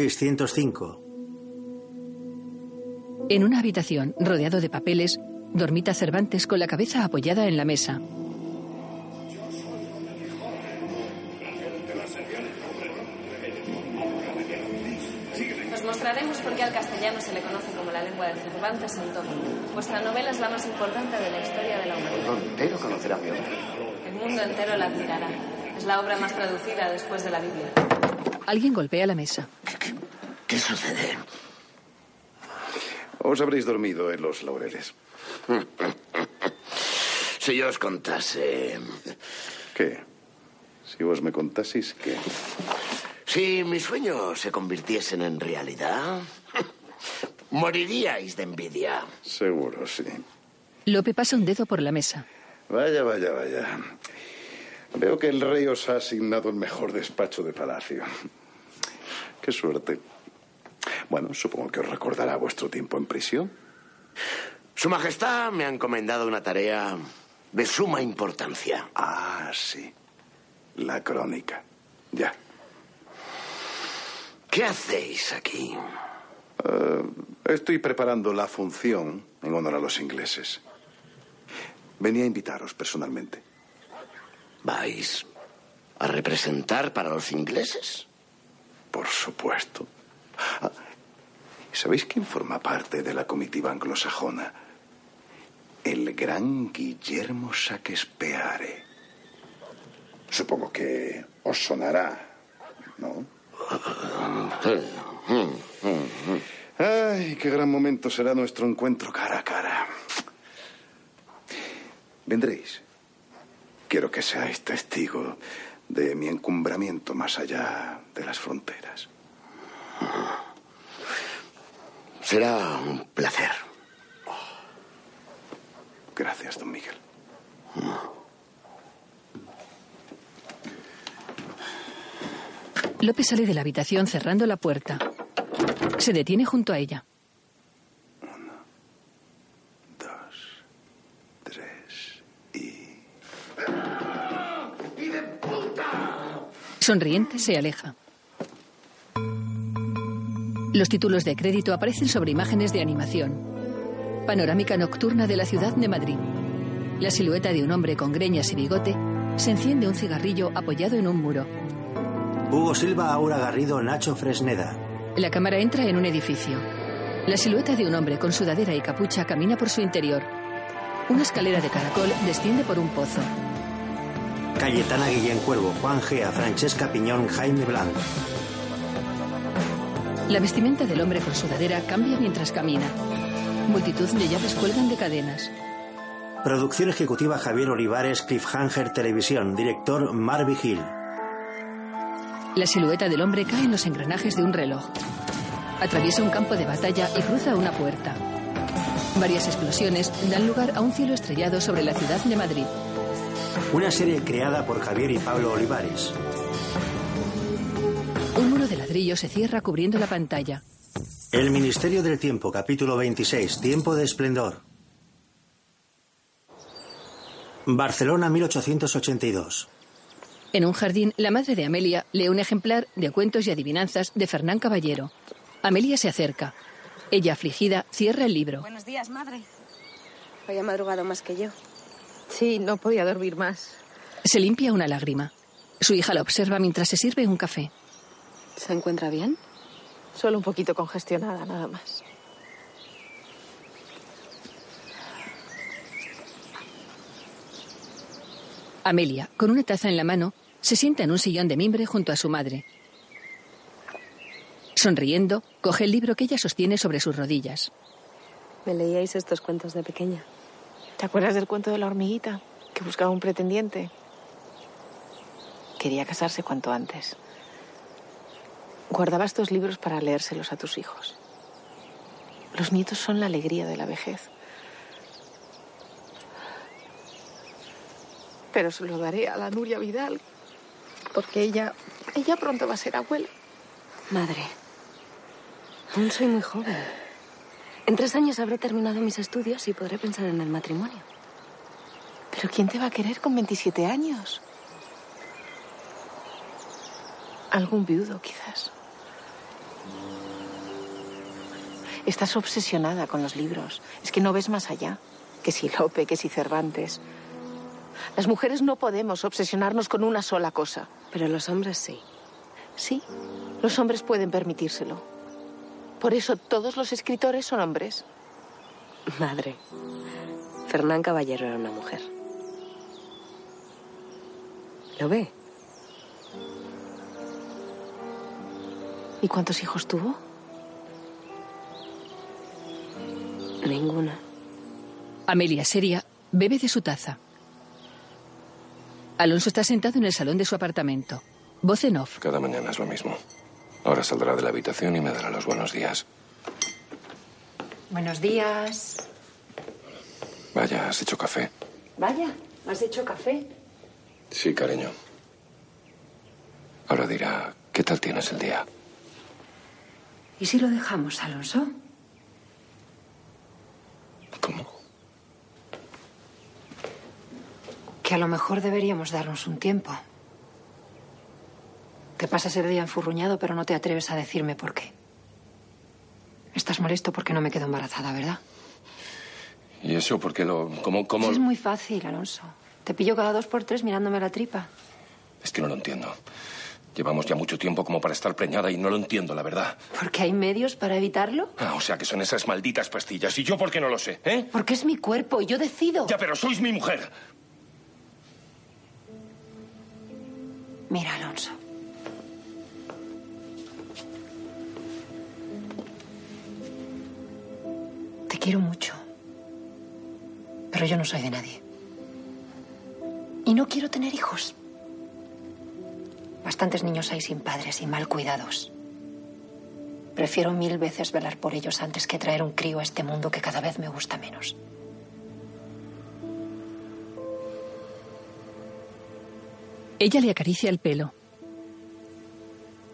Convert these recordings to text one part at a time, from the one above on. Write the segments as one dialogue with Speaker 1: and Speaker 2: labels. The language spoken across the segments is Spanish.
Speaker 1: 1605.
Speaker 2: En una habitación, rodeado de papeles, dormita Cervantes con la cabeza apoyada en la mesa.
Speaker 3: Os mostraremos por qué al castellano se le conoce como la lengua de Cervantes en todo. Vuestra novela es la más importante de la historia de la humanidad.
Speaker 4: mundo entero conocerá mi obra.
Speaker 3: El mundo entero la admirará. Es la obra más traducida después de la Biblia.
Speaker 2: Alguien golpea la mesa.
Speaker 4: ¿Qué sucede?
Speaker 5: Os habréis dormido en los laureles.
Speaker 4: Si yo os contase.
Speaker 5: ¿Qué? Si vos me contasis que...
Speaker 4: Si mis sueños se convirtiesen en realidad. Moriríais de envidia.
Speaker 5: Seguro, sí.
Speaker 2: Lope pasa un dedo por la mesa.
Speaker 5: Vaya, vaya, vaya. Veo que el rey os ha asignado el mejor despacho de palacio. Qué suerte. Bueno, supongo que os recordará vuestro tiempo en prisión.
Speaker 4: Su Majestad me ha encomendado una tarea de suma importancia.
Speaker 5: Ah, sí. La crónica. Ya.
Speaker 4: ¿Qué hacéis aquí?
Speaker 5: Eh, Estoy preparando la función en honor a los ingleses. Venía a invitaros personalmente.
Speaker 4: ¿Vais a representar para los ingleses?
Speaker 5: Por supuesto. Ah, ¿Sabéis quién forma parte de la comitiva anglosajona? El gran Guillermo Saquespeare. Supongo que os sonará, ¿no? Ay, qué gran momento será nuestro encuentro cara a cara. Vendréis. Quiero que seáis testigo de mi encumbramiento más allá de las fronteras.
Speaker 4: Será un placer.
Speaker 5: Gracias, don Miguel.
Speaker 2: Lope sale de la habitación cerrando la puerta. Se detiene junto a ella.
Speaker 5: Dos, tres y...
Speaker 2: Sonriente se aleja. Los títulos de crédito aparecen sobre imágenes de animación. Panorámica nocturna de la ciudad de Madrid. La silueta de un hombre con greñas y bigote se enciende un cigarrillo apoyado en un muro.
Speaker 1: Hugo Silva, Aura Garrido, Nacho Fresneda.
Speaker 2: La cámara entra en un edificio. La silueta de un hombre con sudadera y capucha camina por su interior. Una escalera de caracol desciende por un pozo.
Speaker 1: Cayetana Guillén Cuervo, Juan Gea, Francesca Piñón, Jaime Blanco.
Speaker 2: La vestimenta del hombre con sudadera cambia mientras camina. Multitud de llaves cuelgan de cadenas.
Speaker 1: Producción ejecutiva Javier Olivares, Cliffhanger Televisión. Director Marvy Hill.
Speaker 2: La silueta del hombre cae en los engranajes de un reloj. Atraviesa un campo de batalla y cruza una puerta. Varias explosiones dan lugar a un cielo estrellado sobre la ciudad de Madrid.
Speaker 1: Una serie creada por Javier y Pablo Olivares.
Speaker 2: Un muro de ladrillo se cierra cubriendo la pantalla.
Speaker 1: El Ministerio del Tiempo, capítulo 26, Tiempo de Esplendor. Barcelona, 1882.
Speaker 2: En un jardín, la madre de Amelia lee un ejemplar de cuentos y adivinanzas de Fernán Caballero. Amelia se acerca. Ella, afligida, cierra el libro.
Speaker 6: Buenos días, madre.
Speaker 7: Hoy ha madrugado más que yo.
Speaker 6: Sí, no podía dormir más.
Speaker 2: Se limpia una lágrima. Su hija la observa mientras se sirve un café.
Speaker 7: ¿Se encuentra bien?
Speaker 6: Solo un poquito congestionada, nada más.
Speaker 2: Amelia, con una taza en la mano, se sienta en un sillón de mimbre junto a su madre. Sonriendo, coge el libro que ella sostiene sobre sus rodillas.
Speaker 7: Me leíais estos cuentos de pequeña.
Speaker 6: ¿Te acuerdas del cuento de la hormiguita? Que buscaba un pretendiente. Quería casarse cuanto antes. Guardaba estos libros para leérselos a tus hijos. Los nietos son la alegría de la vejez. Pero se los daré a la Nuria Vidal, porque ella, ella pronto va a ser abuela.
Speaker 7: Madre, aún soy muy joven. En tres años habré terminado mis estudios y podré pensar en el matrimonio.
Speaker 6: Pero ¿quién te va a querer con 27 años? Algún viudo, quizás. Estás obsesionada con los libros. Es que no ves más allá. Que si Lope, que si Cervantes. Las mujeres no podemos obsesionarnos con una sola cosa.
Speaker 3: Pero los hombres sí.
Speaker 6: Sí, los hombres pueden permitírselo. Por eso todos los escritores son hombres.
Speaker 3: Madre, Fernán Caballero era una mujer. ¿Lo ve?
Speaker 6: ¿Y cuántos hijos tuvo?
Speaker 3: Ninguna.
Speaker 2: Amelia, seria, bebe de su taza. Alonso está sentado en el salón de su apartamento. Voz en off.
Speaker 8: Cada mañana es lo mismo. Ahora saldrá de la habitación y me dará los buenos días.
Speaker 9: Buenos días.
Speaker 8: Vaya, ¿has hecho café?
Speaker 9: Vaya, ¿me has hecho café?
Speaker 8: Sí, cariño. Ahora dirá, ¿qué tal tienes el día?
Speaker 9: ¿Y si lo dejamos, Alonso?
Speaker 8: ¿Cómo?
Speaker 9: Que a lo mejor deberíamos darnos un tiempo. Te pasas el día enfurruñado, pero no te atreves a decirme por qué. Estás molesto porque no me quedo embarazada, ¿verdad?
Speaker 8: ¿Y eso por qué lo...? ¿Cómo? cómo...
Speaker 9: Es muy fácil, Alonso. Te pillo cada dos por tres mirándome la tripa.
Speaker 8: Es que no lo entiendo. Llevamos ya mucho tiempo como para estar preñada y no lo entiendo, la verdad.
Speaker 9: ¿Porque hay medios para evitarlo?
Speaker 8: Ah, o sea que son esas malditas pastillas. ¿Y yo por qué no lo sé, eh?
Speaker 9: Porque es mi cuerpo y yo decido.
Speaker 8: Ya, pero sois mi mujer.
Speaker 9: Mira, Alonso. Te quiero mucho. Pero yo no soy de nadie. Y no quiero tener hijos. Bastantes niños hay sin padres y mal cuidados. Prefiero mil veces velar por ellos antes que traer un crío a este mundo que cada vez me gusta menos.
Speaker 2: Ella le acaricia el pelo.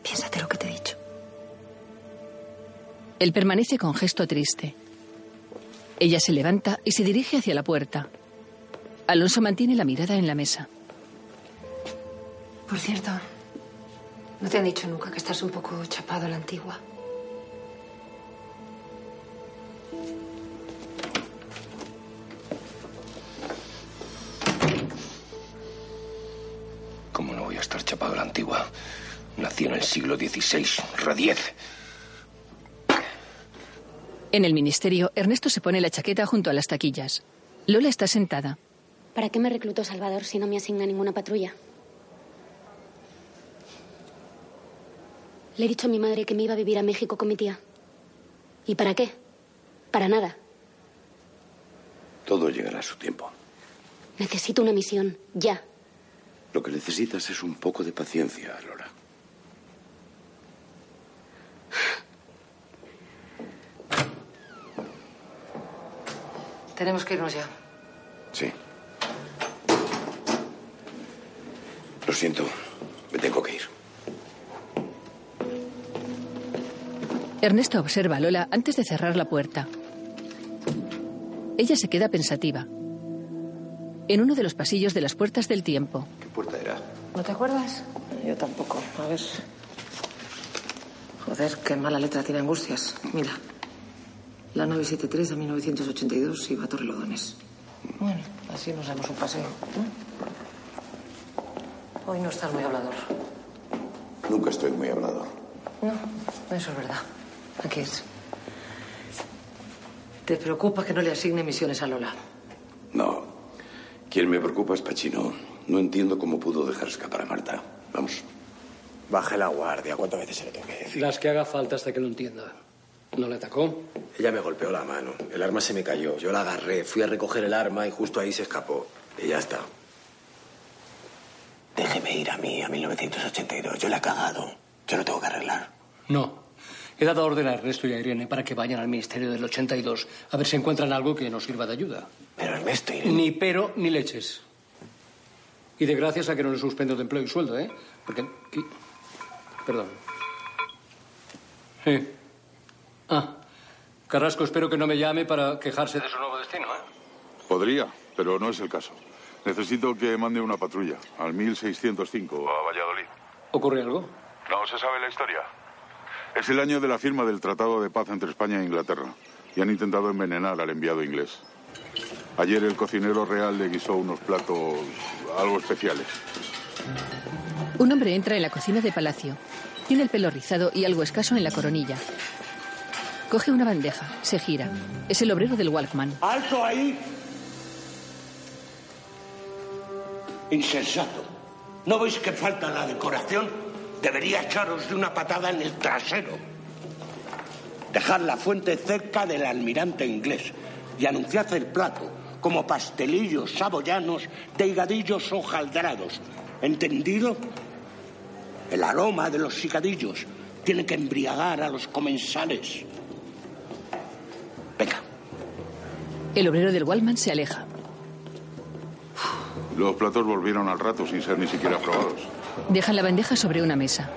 Speaker 9: Piénsate lo que te he dicho.
Speaker 2: Él permanece con gesto triste. Ella se levanta y se dirige hacia la puerta. Alonso mantiene la mirada en la mesa.
Speaker 9: Por cierto, no te han dicho nunca que estás un poco chapado a la antigua.
Speaker 8: ¿Cómo no voy a estar chapado a la antigua? Nací en el siglo XVI, radiez.
Speaker 2: En el ministerio, Ernesto se pone la chaqueta junto a las taquillas. Lola está sentada.
Speaker 10: ¿Para qué me reclutó Salvador si no me asigna ninguna patrulla? Le he dicho a mi madre que me iba a vivir a México con mi tía. ¿Y para qué? Para nada.
Speaker 11: Todo llegará a su tiempo.
Speaker 10: Necesito una misión, ya.
Speaker 11: Lo que necesitas es un poco de paciencia, Lola.
Speaker 9: Tenemos que irnos ya.
Speaker 11: Sí. Lo siento, me tengo que ir.
Speaker 2: Ernesto observa a Lola antes de cerrar la puerta. Ella se queda pensativa. En uno de los pasillos de las puertas del tiempo.
Speaker 11: ¿Qué puerta era?
Speaker 3: ¿No te acuerdas?
Speaker 6: Yo tampoco. A ver. Joder, qué mala letra tiene Angustias. Mira. La 973 de 1982 iba a Torrelodones. Bueno, así nos damos un paseo. ¿eh? Hoy no estás muy hablador.
Speaker 11: Nunca estoy muy hablador.
Speaker 6: No, eso es verdad. Aquí es. ¿Te preocupa que no le asigne misiones a Lola?
Speaker 11: No. Quien me preocupa es Pachino. No entiendo cómo pudo dejar escapar a Marta. Vamos.
Speaker 12: Baje la guardia. ¿Cuántas veces se le tengo que decir?
Speaker 13: Las que haga falta hasta que lo entienda. ¿No le atacó?
Speaker 12: Ella me golpeó la mano. El arma se me cayó. Yo la agarré. Fui a recoger el arma y justo ahí se escapó. Y ya está. Déjeme ir a mí, a 1982. Yo la he cagado. Yo lo tengo que arreglar.
Speaker 13: No. He dado orden a Ernesto y a Irene para que vayan al Ministerio del 82 a ver si encuentran algo que nos sirva de ayuda.
Speaker 12: Pero Ernesto, Irene...
Speaker 13: Ni pero ni leches. Y de gracias a que no le suspendo de empleo y sueldo, ¿eh? Porque... ¿qué? Perdón. Sí. Ah. Carrasco, espero que no me llame para quejarse de su nuevo destino, ¿eh?
Speaker 14: Podría, pero no es el caso. Necesito que mande una patrulla al 1605 a Valladolid.
Speaker 13: ¿Ocurre algo?
Speaker 14: No se sabe la historia. Es el año de la firma del Tratado de Paz entre España e Inglaterra y han intentado envenenar al enviado inglés. Ayer el cocinero real le guisó unos platos algo especiales.
Speaker 2: Un hombre entra en la cocina de palacio. Tiene el pelo rizado y algo escaso en la coronilla. Coge una bandeja, se gira. Es el obrero del Walkman.
Speaker 4: ¡Alto ahí! Insensato. ¿No veis que falta la decoración? Debería echaros de una patada en el trasero. Dejad la fuente cerca del almirante inglés y anunciad el plato como pastelillos saboyanos de higadillos hojaldrados. ¿Entendido? El aroma de los higadillos tiene que embriagar a los comensales.
Speaker 2: El obrero del Walkman se aleja.
Speaker 14: Los platos volvieron al rato sin ser ni siquiera probados.
Speaker 2: Dejan la bandeja sobre una mesa.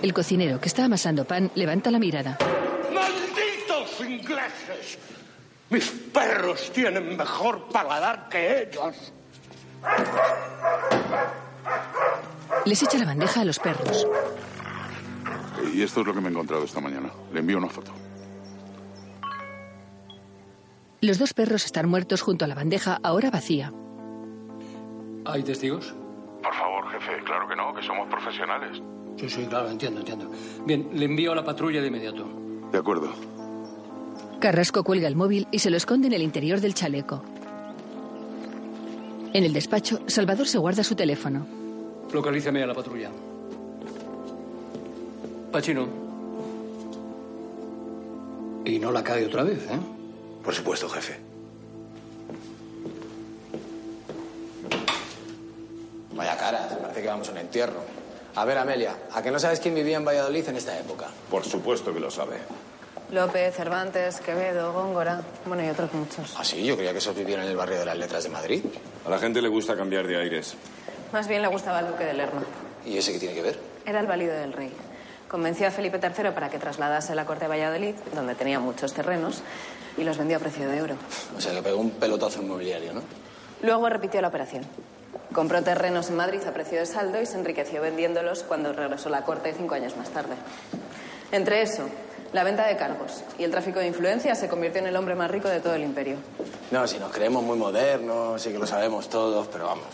Speaker 2: El cocinero, que está amasando pan, levanta la mirada.
Speaker 4: ¡Malditos ingleses! Mis perros tienen mejor paladar que ellos.
Speaker 2: Les echa la bandeja a los perros.
Speaker 14: Y esto es lo que me he encontrado esta mañana. Le envío una foto.
Speaker 2: Los dos perros están muertos junto a la bandeja, ahora vacía.
Speaker 13: ¿Hay testigos?
Speaker 14: Por favor, jefe, claro que no, que somos profesionales.
Speaker 13: Sí, sí, claro, entiendo, entiendo. Bien, le envío a la patrulla de inmediato.
Speaker 14: De acuerdo.
Speaker 2: Carrasco cuelga el móvil y se lo esconde en el interior del chaleco. En el despacho, Salvador se guarda su teléfono.
Speaker 13: Localízame a la patrulla. Pachino. Y no la cae otra vez, ¿eh?
Speaker 15: Por supuesto, jefe.
Speaker 12: Vaya caras, parece que vamos a un entierro. A ver, Amelia, ¿a que no sabes quién vivía en Valladolid en esta época?
Speaker 15: Por supuesto que lo sabe.
Speaker 3: López, Cervantes, Quevedo, Góngora. Bueno, y otros muchos.
Speaker 12: Ah, sí, yo creía que esos vivían en el barrio de las letras de Madrid.
Speaker 15: A la gente le gusta cambiar de aires.
Speaker 3: Más bien le gustaba el duque de Lerma.
Speaker 12: ¿Y ese qué tiene que ver?
Speaker 3: Era el válido del rey. Convenció a Felipe III para que trasladase la corte a Valladolid, donde tenía muchos terrenos, y los vendió a precio de oro.
Speaker 12: O sea, le pegó un pelotazo inmobiliario, ¿no?
Speaker 3: Luego repitió la operación. Compró terrenos en Madrid a precio de saldo y se enriqueció vendiéndolos cuando regresó a la corte cinco años más tarde. Entre eso, la venta de cargos y el tráfico de influencias se convirtió en el hombre más rico de todo el imperio.
Speaker 12: No, si nos creemos muy modernos, sí que lo sabemos todos, pero vamos.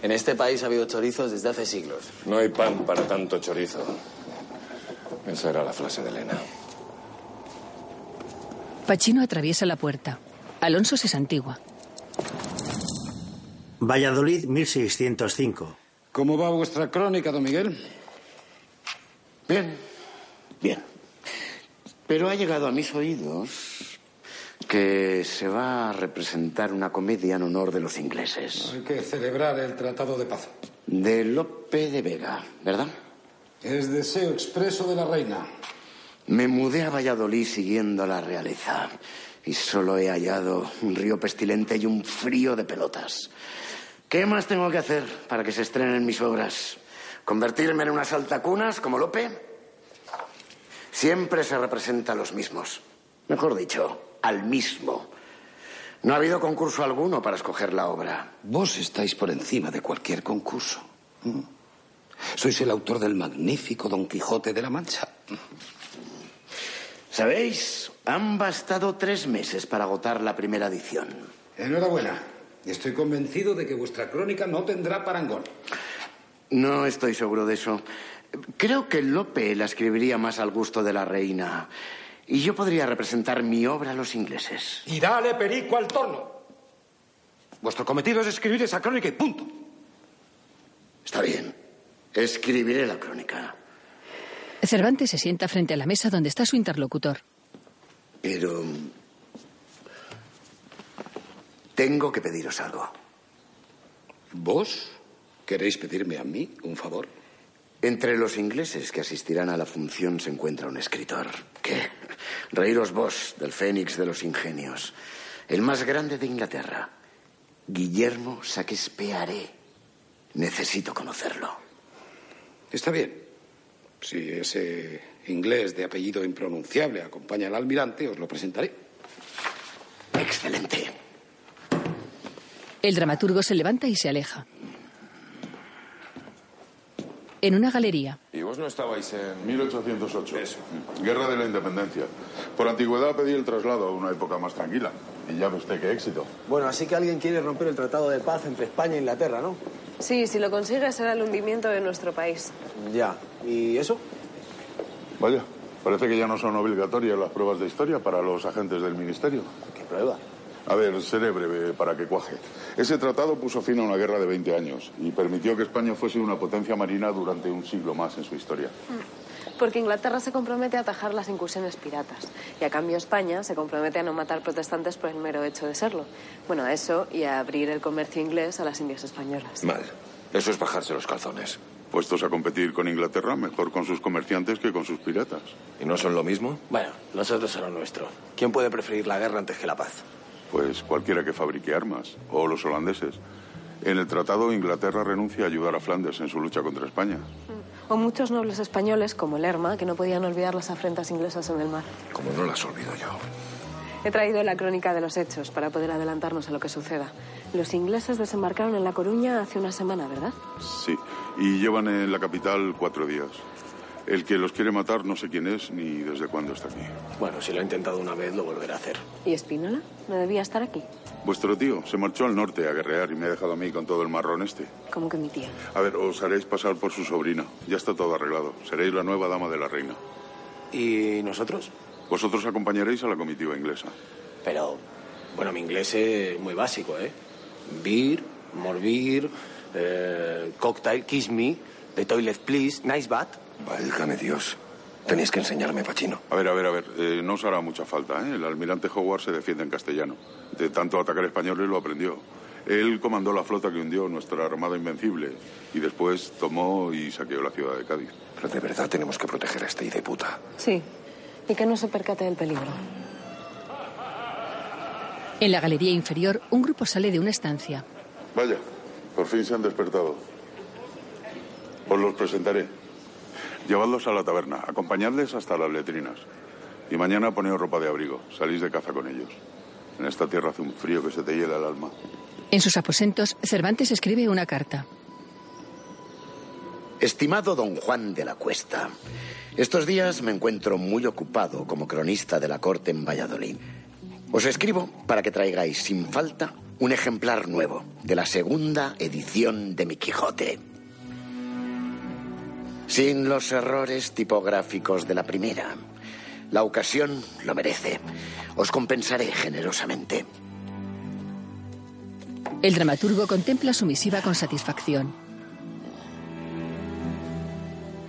Speaker 12: En este país ha habido chorizos desde hace siglos.
Speaker 15: No hay pan para tanto chorizo. Esa era la frase de Elena.
Speaker 2: Pachino atraviesa la puerta. Alonso se santigua.
Speaker 1: Valladolid, 1605.
Speaker 13: ¿Cómo va vuestra crónica, don Miguel?
Speaker 4: Bien, bien. Pero ha llegado a mis oídos que se va a representar una comedia en honor de los ingleses.
Speaker 13: Hay que celebrar el Tratado de Paz.
Speaker 4: De Lope de Vega, ¿verdad?
Speaker 13: Es deseo expreso de la reina.
Speaker 4: Me mudé a Valladolid siguiendo la realeza y solo he hallado un río pestilente y un frío de pelotas. ¿Qué más tengo que hacer para que se estrenen mis obras? ¿Convertirme en unas altacunas como Lope? Siempre se representa a los mismos. Mejor dicho, al mismo. No ha habido concurso alguno para escoger la obra.
Speaker 8: Vos estáis por encima de cualquier concurso. ¿Mm? Sois el autor del magnífico Don Quijote de la Mancha.
Speaker 4: ¿Sabéis? Han bastado tres meses para agotar la primera edición.
Speaker 13: Enhorabuena. Estoy convencido de que vuestra crónica no tendrá parangón.
Speaker 4: No estoy seguro de eso. Creo que Lope la escribiría más al gusto de la reina. Y yo podría representar mi obra a los ingleses.
Speaker 16: Y dale perico al torno. Vuestro cometido es escribir esa crónica y punto.
Speaker 4: Está bien. Escribiré la crónica.
Speaker 2: Cervantes se sienta frente a la mesa donde está su interlocutor.
Speaker 4: Pero... Tengo que pediros algo.
Speaker 8: ¿Vos queréis pedirme a mí un favor?
Speaker 4: Entre los ingleses que asistirán a la función se encuentra un escritor. ¿Qué? Reíros vos del Fénix de los Ingenios. El más grande de Inglaterra. Guillermo Saquespearé. Necesito conocerlo.
Speaker 8: Está bien. Si ese inglés de apellido impronunciable acompaña al almirante, os lo presentaré.
Speaker 4: Excelente.
Speaker 2: El dramaturgo se levanta y se aleja. En una galería,
Speaker 14: ¿Y vos no estabais en...? 1808. Eso. Guerra de la Independencia. Por antigüedad pedí el traslado a una época más tranquila. Y ya ve usted qué éxito.
Speaker 12: Bueno, así que alguien quiere romper el tratado de paz entre España e Inglaterra, ¿no?
Speaker 3: Sí, si lo consigues será el hundimiento de nuestro país.
Speaker 12: Ya. ¿Y eso?
Speaker 14: Vaya, parece que ya no son obligatorias las pruebas de historia para los agentes del ministerio.
Speaker 12: ¿Qué prueba?
Speaker 14: A ver, seré breve para que cuaje. Ese tratado puso fin a una guerra de 20 años y permitió que España fuese una potencia marina durante un siglo más en su historia.
Speaker 3: Porque Inglaterra se compromete a atajar las incursiones piratas. Y a cambio España se compromete a no matar protestantes por el mero hecho de serlo. Bueno, a eso y a abrir el comercio inglés a las indias españolas.
Speaker 14: Mal. Eso es bajarse los calzones. Puestos a competir con Inglaterra, mejor con sus comerciantes que con sus piratas.
Speaker 17: ¿Y no son lo mismo?
Speaker 12: Bueno, nosotros a lo nuestro. ¿Quién puede preferir la guerra antes que la paz?
Speaker 14: Pues cualquiera que fabrique armas, o los holandeses. En el tratado, Inglaterra renuncia a ayudar a Flandes en su lucha contra España.
Speaker 3: O muchos nobles españoles, como Lerma, que no podían olvidar las afrentas inglesas en el mar.
Speaker 17: Como no las olvido yo.
Speaker 3: He traído la crónica de los hechos para poder adelantarnos a lo que suceda. Los ingleses desembarcaron en La Coruña hace una semana, ¿verdad?
Speaker 14: Sí, y llevan en la capital cuatro días. El que los quiere matar no sé quién es ni desde cuándo está aquí.
Speaker 12: Bueno, si lo ha intentado una vez, lo volverá a hacer.
Speaker 3: ¿Y Espínola? No debía estar aquí.
Speaker 14: Vuestro tío se marchó al norte a guerrear y me ha dejado a mí con todo el marrón este.
Speaker 3: Como que mi tía.
Speaker 14: A ver, os haréis pasar por su sobrina. Ya está todo arreglado. Seréis la nueva dama de la reina.
Speaker 12: ¿Y nosotros?
Speaker 14: Vosotros acompañaréis a la comitiva inglesa.
Speaker 12: Pero, bueno, mi inglés es muy básico, ¿eh? Beer, more beer, eh, cocktail, kiss me, the toilet please, nice bat.
Speaker 17: Válgame Dios. Tenéis que enseñarme, Pachino.
Speaker 14: A ver, a ver, a ver. eh, no os hará mucha falta, ¿eh? El almirante Howard se defiende en castellano. De tanto atacar españoles lo aprendió. Él comandó la flota que hundió nuestra armada invencible y después tomó y saqueó la ciudad de Cádiz.
Speaker 17: Pero de verdad tenemos que proteger a este hijo de puta.
Speaker 3: Sí. Y que no se percate del peligro.
Speaker 2: en la galería inferior, un grupo sale de una estancia.
Speaker 14: Vaya, por fin se han despertado. Os los presentaré. Llevadlos a la taberna, acompañadles hasta las letrinas. Y mañana poneos ropa de abrigo, salís de caza con ellos. En esta tierra hace un frío que se te hiela el alma.
Speaker 2: En sus aposentos, Cervantes escribe una carta.
Speaker 4: Estimado don Juan de la Cuesta, estos días me encuentro muy ocupado como cronista de la corte en Valladolid. Os escribo para que traigáis sin falta un ejemplar nuevo de la segunda edición de Mi Quijote. Sin los errores tipográficos de la primera. La ocasión lo merece. Os compensaré generosamente.
Speaker 2: El dramaturgo contempla su misiva con satisfacción.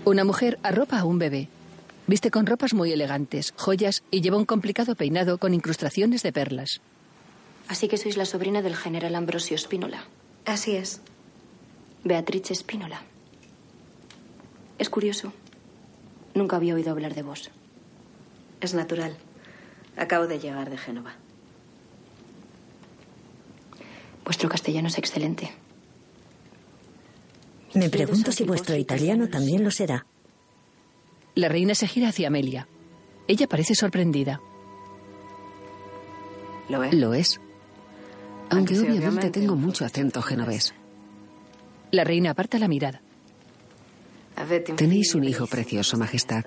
Speaker 2: Una mujer arropa a un bebé. Viste con ropas muy elegantes, joyas y lleva un complicado peinado con incrustaciones de perlas.
Speaker 18: Así que sois la sobrina del general Ambrosio Espínola.
Speaker 19: Así es.
Speaker 18: Beatriz Espínola. Es curioso. Nunca había oído hablar de vos.
Speaker 19: Es natural. Acabo de llegar de Génova.
Speaker 18: Vuestro castellano es excelente.
Speaker 20: Me pregunto si vuestro italiano también lo será.
Speaker 2: La reina se gira hacia Amelia. Ella parece sorprendida.
Speaker 19: ¿Lo es?
Speaker 2: Lo es.
Speaker 21: Aunque obviamente tengo mucho acento genovés.
Speaker 2: La reina aparta la mirada.
Speaker 21: Tenéis un hijo precioso, Majestad.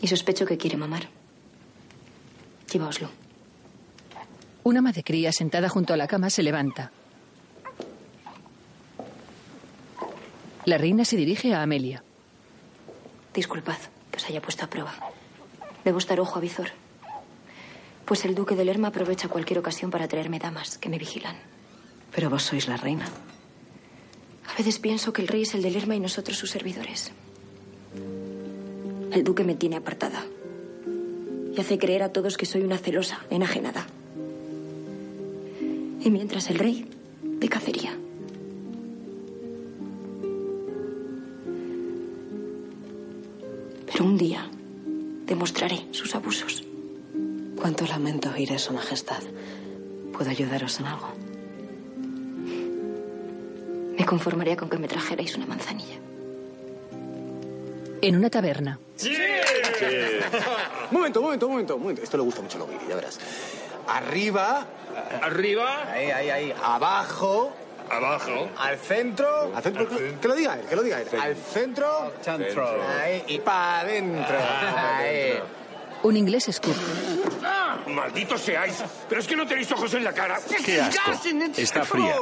Speaker 18: Y sospecho que quiere mamar. Llevaoslo.
Speaker 2: Una ama de cría sentada junto a la cama se levanta. La reina se dirige a Amelia.
Speaker 18: Disculpad que os haya puesto a prueba. Debo estar ojo a visor. Pues el duque de Lerma aprovecha cualquier ocasión para traerme damas que me vigilan.
Speaker 19: Pero vos sois la reina.
Speaker 18: A veces pienso que el rey es el de Lerma y nosotros sus servidores. El duque me tiene apartada. Y hace creer a todos que soy una celosa, enajenada. Y mientras el rey, de cacería. Pero un día demostraré sus abusos.
Speaker 19: Cuánto lamento oír eso, Majestad. ¿Puedo ayudaros en algo?
Speaker 18: Me conformaría con que me trajerais una manzanilla.
Speaker 2: En una taberna,
Speaker 12: momento, momento, momento, momento. Esto le gusta mucho a Lobiri, ya verás. Arriba. Arriba. Ahí, ahí, ahí. Abajo.
Speaker 4: Abajo.
Speaker 12: Al centro.
Speaker 4: ¿Al centro?
Speaker 12: Que lo diga él, que lo diga él. Al centro.
Speaker 4: Centro.
Speaker 12: Ahí, y para adentro.
Speaker 4: Ah,
Speaker 12: Ahí.
Speaker 2: Un inglés escupe.
Speaker 4: ¡Ah! ¡Malditos seáis! Pero es que no tenéis ojos en la cara.
Speaker 13: Qué asco. Está fría.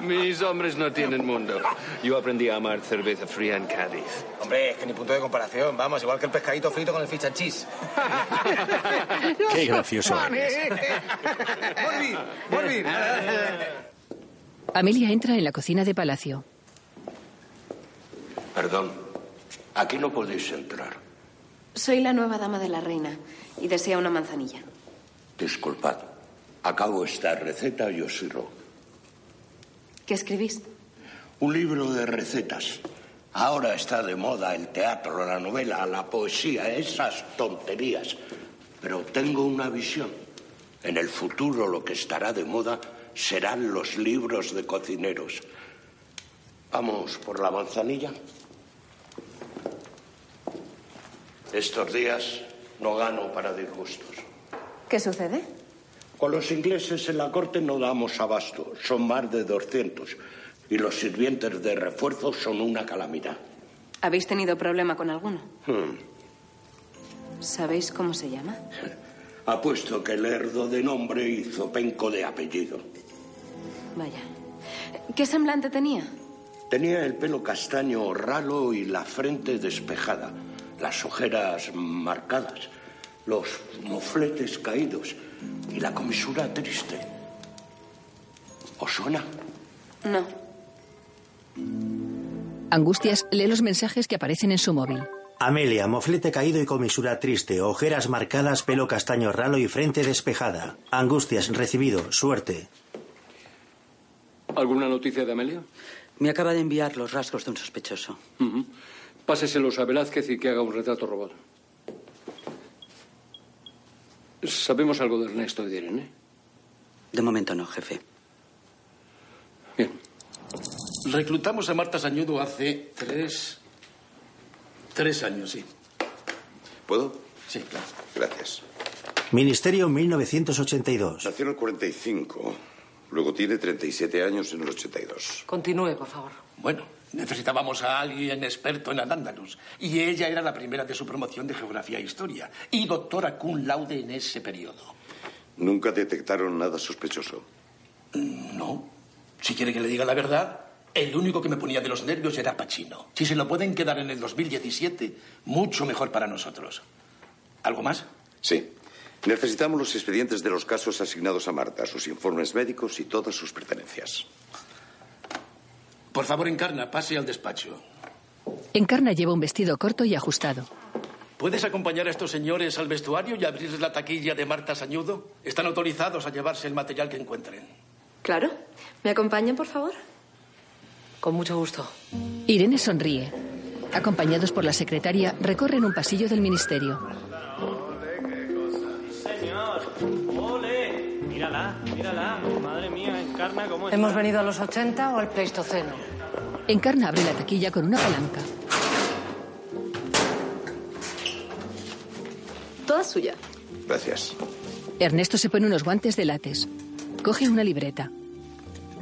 Speaker 13: Mis hombres no tienen mundo. Yo aprendí a amar cerveza fría en Cádiz.
Speaker 22: Hombre, es que ni punto de comparación. Vamos, igual que el pescadito frito con el fish and cheese.
Speaker 13: Qué gracioso eres.
Speaker 12: Volví, volví.
Speaker 2: Amelia entra en la cocina de palacio.
Speaker 23: Perdón, aquí no podéis entrar.
Speaker 24: Soy la nueva dama de la reina y desea una manzanilla.
Speaker 23: Disculpad, acabo esta receta y os sirvo.
Speaker 24: ¿Qué escribís?
Speaker 23: Un libro de recetas. Ahora está de moda el teatro, la novela, la poesía, esas tonterías. Pero tengo una visión. En el futuro lo que estará de moda serán los libros de cocineros. Vamos por la manzanilla. Estos días no gano para disgustos.
Speaker 25: ¿Qué sucede?
Speaker 23: Con los ingleses en la corte no damos abasto, son más de 200. Y los sirvientes de refuerzo son una calamidad.
Speaker 25: ¿Habéis tenido problema con alguno?
Speaker 23: Hmm.
Speaker 25: ¿Sabéis cómo se llama?
Speaker 23: Apuesto que Lerdo de nombre y Zopenco de apellido.
Speaker 25: Vaya. ¿Qué semblante tenía?
Speaker 23: Tenía el pelo castaño ralo y la frente despejada, las ojeras marcadas, los mofletes caídos y la comisura triste. ¿Os suena?
Speaker 25: No.
Speaker 2: Angustias lee los mensajes que aparecen en su móvil.
Speaker 1: Amelia, moflete caído y comisura triste, ojeras marcadas, pelo castaño ralo y frente despejada. Angustias, recibido, suerte.
Speaker 13: ¿Alguna noticia de Amelia?
Speaker 26: Me acaba de enviar los rasgos de un sospechoso.
Speaker 13: Ujú. Páseselos a Velázquez y que haga un retrato robot. ¿Sabemos algo de Ernesto y de Irene?
Speaker 26: De momento no, jefe.
Speaker 8: Reclutamos a Marta Sañudo hace tres. tres años, sí.
Speaker 11: ¿Puedo?
Speaker 8: Sí, claro.
Speaker 11: Gracias.
Speaker 1: Ministerio 1982.
Speaker 11: Nació en el 45. Luego tiene 37 años en el 82.
Speaker 8: Continúe, por favor. Bueno, necesitábamos a alguien experto en andándalos. Y ella era la primera de su promoción de Geografía e Historia. Y doctora cum laude en ese periodo.
Speaker 11: Nunca detectaron nada sospechoso.
Speaker 8: No. Si quiere que le diga la verdad, el único que me ponía de los nervios era Pachino. Si se lo pueden quedar en el 2017, mucho mejor para nosotros. ¿Algo más?
Speaker 11: Sí. Necesitamos los expedientes de los casos asignados a Marta, sus informes médicos y todas sus pertenencias.
Speaker 8: Por favor, encarna, pase al despacho.
Speaker 2: Encarna lleva un vestido corto y ajustado.
Speaker 8: ¿Puedes acompañar a estos señores al vestuario y abrirles la taquilla de Marta Sañudo? Están autorizados a llevarse el material que encuentren.
Speaker 27: Claro. ¿Me acompañan, por favor?
Speaker 26: Con mucho gusto.
Speaker 2: Irene sonríe. Acompañados por la secretaria, recorren un pasillo del ministerio.
Speaker 28: ¡Ole! Mírala, mírala. Madre mía, encarna como es.
Speaker 2: Hemos
Speaker 28: venido
Speaker 26: a los 80 o al Pleistoceno?
Speaker 2: Encarna abre la taquilla con una palanca.
Speaker 28: Toda suya.
Speaker 11: Gracias.
Speaker 2: Ernesto se pone unos guantes de látex. Coge una libreta.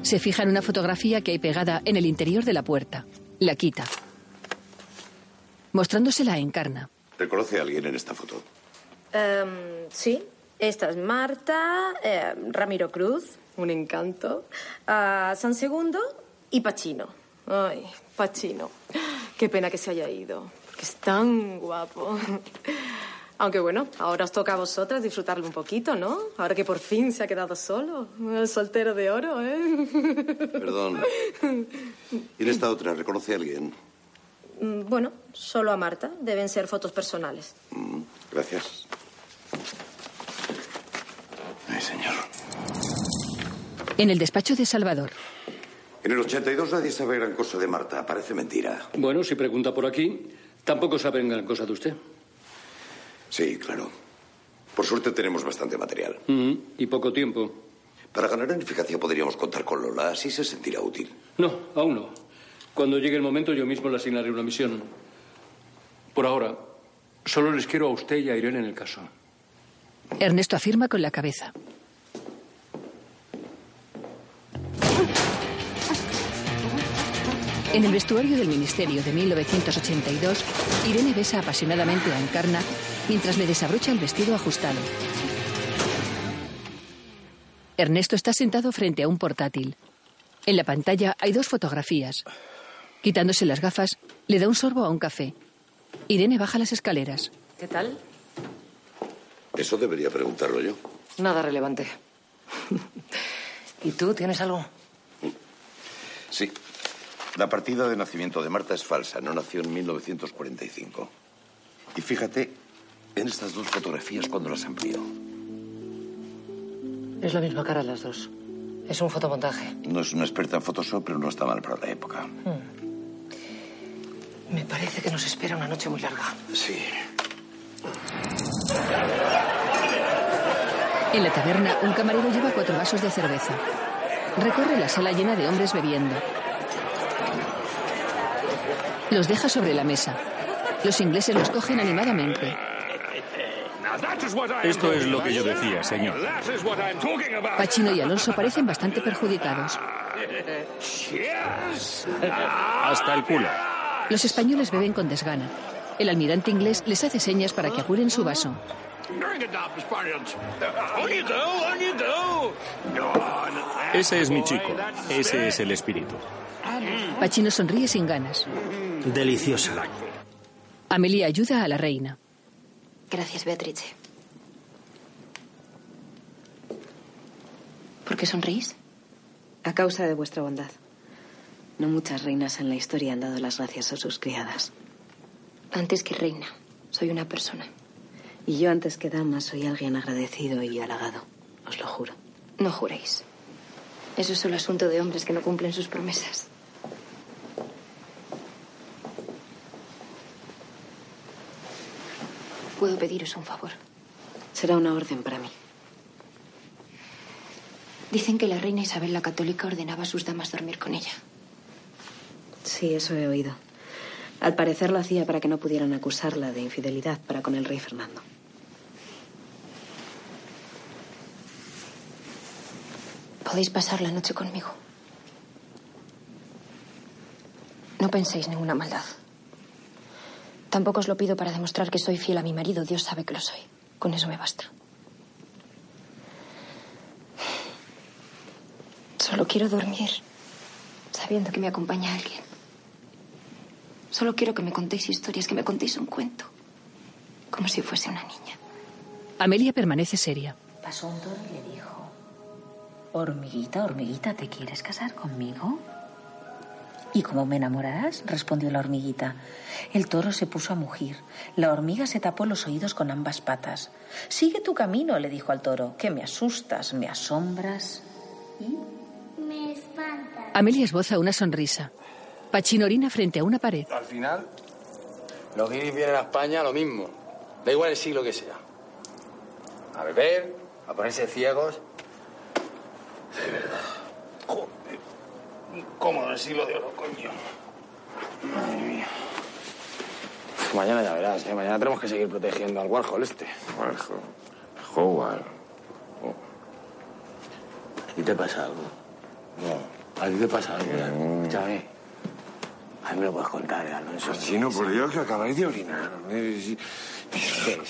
Speaker 2: Se fija en una fotografía que hay pegada en el interior de la puerta. La quita. Mostrándosela a Encarna.
Speaker 11: ¿Reconoce a alguien en esta foto?
Speaker 3: Em, sí, esta es Marta, eh, Ramiro Cruz, un encanto, ah, San Segundo y Pachino. Ay, Pachino. Qué pena que se haya ido, porque es tan guapo. Aunque bueno, ahora os toca a vosotras disfrutarlo un poquito, ¿no? Ahora que por fin se ha quedado solo. El soltero de oro, ¿eh?
Speaker 11: Perdón. ¿Y en esta otra? ¿Reconoce a alguien?
Speaker 3: Mm, Bueno, solo a Marta. Deben ser fotos personales.
Speaker 11: Gracias. Ay, señor.
Speaker 2: En el despacho de Salvador.
Speaker 11: En el 82 nadie sabe gran cosa de Marta. Parece mentira.
Speaker 13: Bueno, si pregunta por aquí, tampoco saben gran cosa de usted.
Speaker 11: Sí, claro. Por suerte tenemos bastante material.
Speaker 13: Ujú, Y poco tiempo.
Speaker 11: Para ganar en eficacia podríamos contar con Lola. Así se sentirá útil.
Speaker 13: No, aún no. Cuando llegue el momento yo mismo le asignaré una misión. Por ahora, solo les quiero a usted y a Irene en el caso.
Speaker 2: Ernesto afirma con la cabeza. En el vestuario del Ministerio de 1982, Irene besa apasionadamente a Encarna mientras le desabrocha el vestido ajustado. Ernesto está sentado frente a un portátil. En la pantalla hay dos fotografías. Quitándose las gafas, le da un sorbo a un café. Irene baja las escaleras.
Speaker 28: ¿Qué tal?
Speaker 5: Eso debería preguntarlo yo.
Speaker 28: Nada relevante. ¿Y tú tienes algo?
Speaker 5: Sí. La partida de nacimiento de Marta es falsa. No nació en 1945. Y fíjate en estas dos fotografías cuando las amplío.
Speaker 28: Es la misma cara las dos. Es un fotomontaje.
Speaker 5: No es una experta en Photoshop, pero no está mal para la época.
Speaker 28: Me parece que nos espera una noche muy larga.
Speaker 5: Sí.
Speaker 2: En la taberna, un camarero lleva cuatro vasos de cerveza. Recorre la sala llena de hombres bebiendo. Los deja sobre la mesa. Los ingleses los cogen animadamente.
Speaker 29: Esto es lo que yo decía, señor.
Speaker 2: Pachino y Alonso parecen bastante perjudicados.
Speaker 29: Hasta el culo.
Speaker 2: Los españoles beben con desgana. El almirante inglés les hace señas para que apuren su vaso.
Speaker 29: Ese es mi chico. Ese es el espíritu.
Speaker 2: Pachino sonríe sin ganas.
Speaker 1: Deliciosa.
Speaker 2: Amelia ayuda a la reina.
Speaker 18: Gracias, Beatrice. ¿Por qué sonreís?
Speaker 3: A causa de vuestra bondad. No muchas reinas en la historia han dado las gracias a sus criadas.
Speaker 18: Antes que reina, soy una persona.
Speaker 3: Y yo antes que dama soy alguien agradecido y halagado. Os lo juro.
Speaker 18: No juréis. Eso es solo asunto de hombres que no cumplen sus promesas. Puedo pediros un favor.
Speaker 3: Será una orden para mí.
Speaker 18: Dicen que la reina Isabel la Católica ordenaba a sus damas dormir con ella.
Speaker 3: Sí, eso he oído. Al parecer lo hacía para que no pudieran acusarla de infidelidad para con el rey Fernando.
Speaker 18: Podéis pasar la noche conmigo. No penséis ninguna maldad. Tampoco os lo pido para demostrar que soy fiel a mi marido. Dios sabe que lo soy. Con eso me basta. Solo quiero dormir sabiendo que me acompaña alguien. Solo quiero que me contéis historias, que me contéis un cuento. Como si fuese una niña.
Speaker 2: Amelia permanece seria.
Speaker 30: Pasó un toro y le dijo, hormiguita, hormiguita, ¿te quieres casar conmigo? ¿Y cómo me enamorarás? respondió la hormiguita. El toro se puso a mugir. La hormiga se tapó los oídos con ambas patas. Sigue tu camino, le dijo al toro, que me asustas, me asombras.
Speaker 9: Me espanta.
Speaker 2: Amelia esboza una sonrisa. Pachino orina frente a una pared.
Speaker 12: Al final, los guiris vienen a España lo mismo. Da igual el siglo que sea. A beber, a ponerse ciegos. De verdad.
Speaker 8: Joder. Incómodo el siglo de oro, coño.
Speaker 12: Madre mía. Uf, Mañana ya verás, ¿eh? Mañana tenemos que seguir protegiendo al Warhol este. Warhol. Howard. ¿A ti te pasa algo? No. ¿A ti te pasa algo? Escúchame. A mí me lo puedes contar, ¿eh, Alonso.
Speaker 8: Chino, por Dios, que acabáis de orinar.
Speaker 12: ¿Qué es?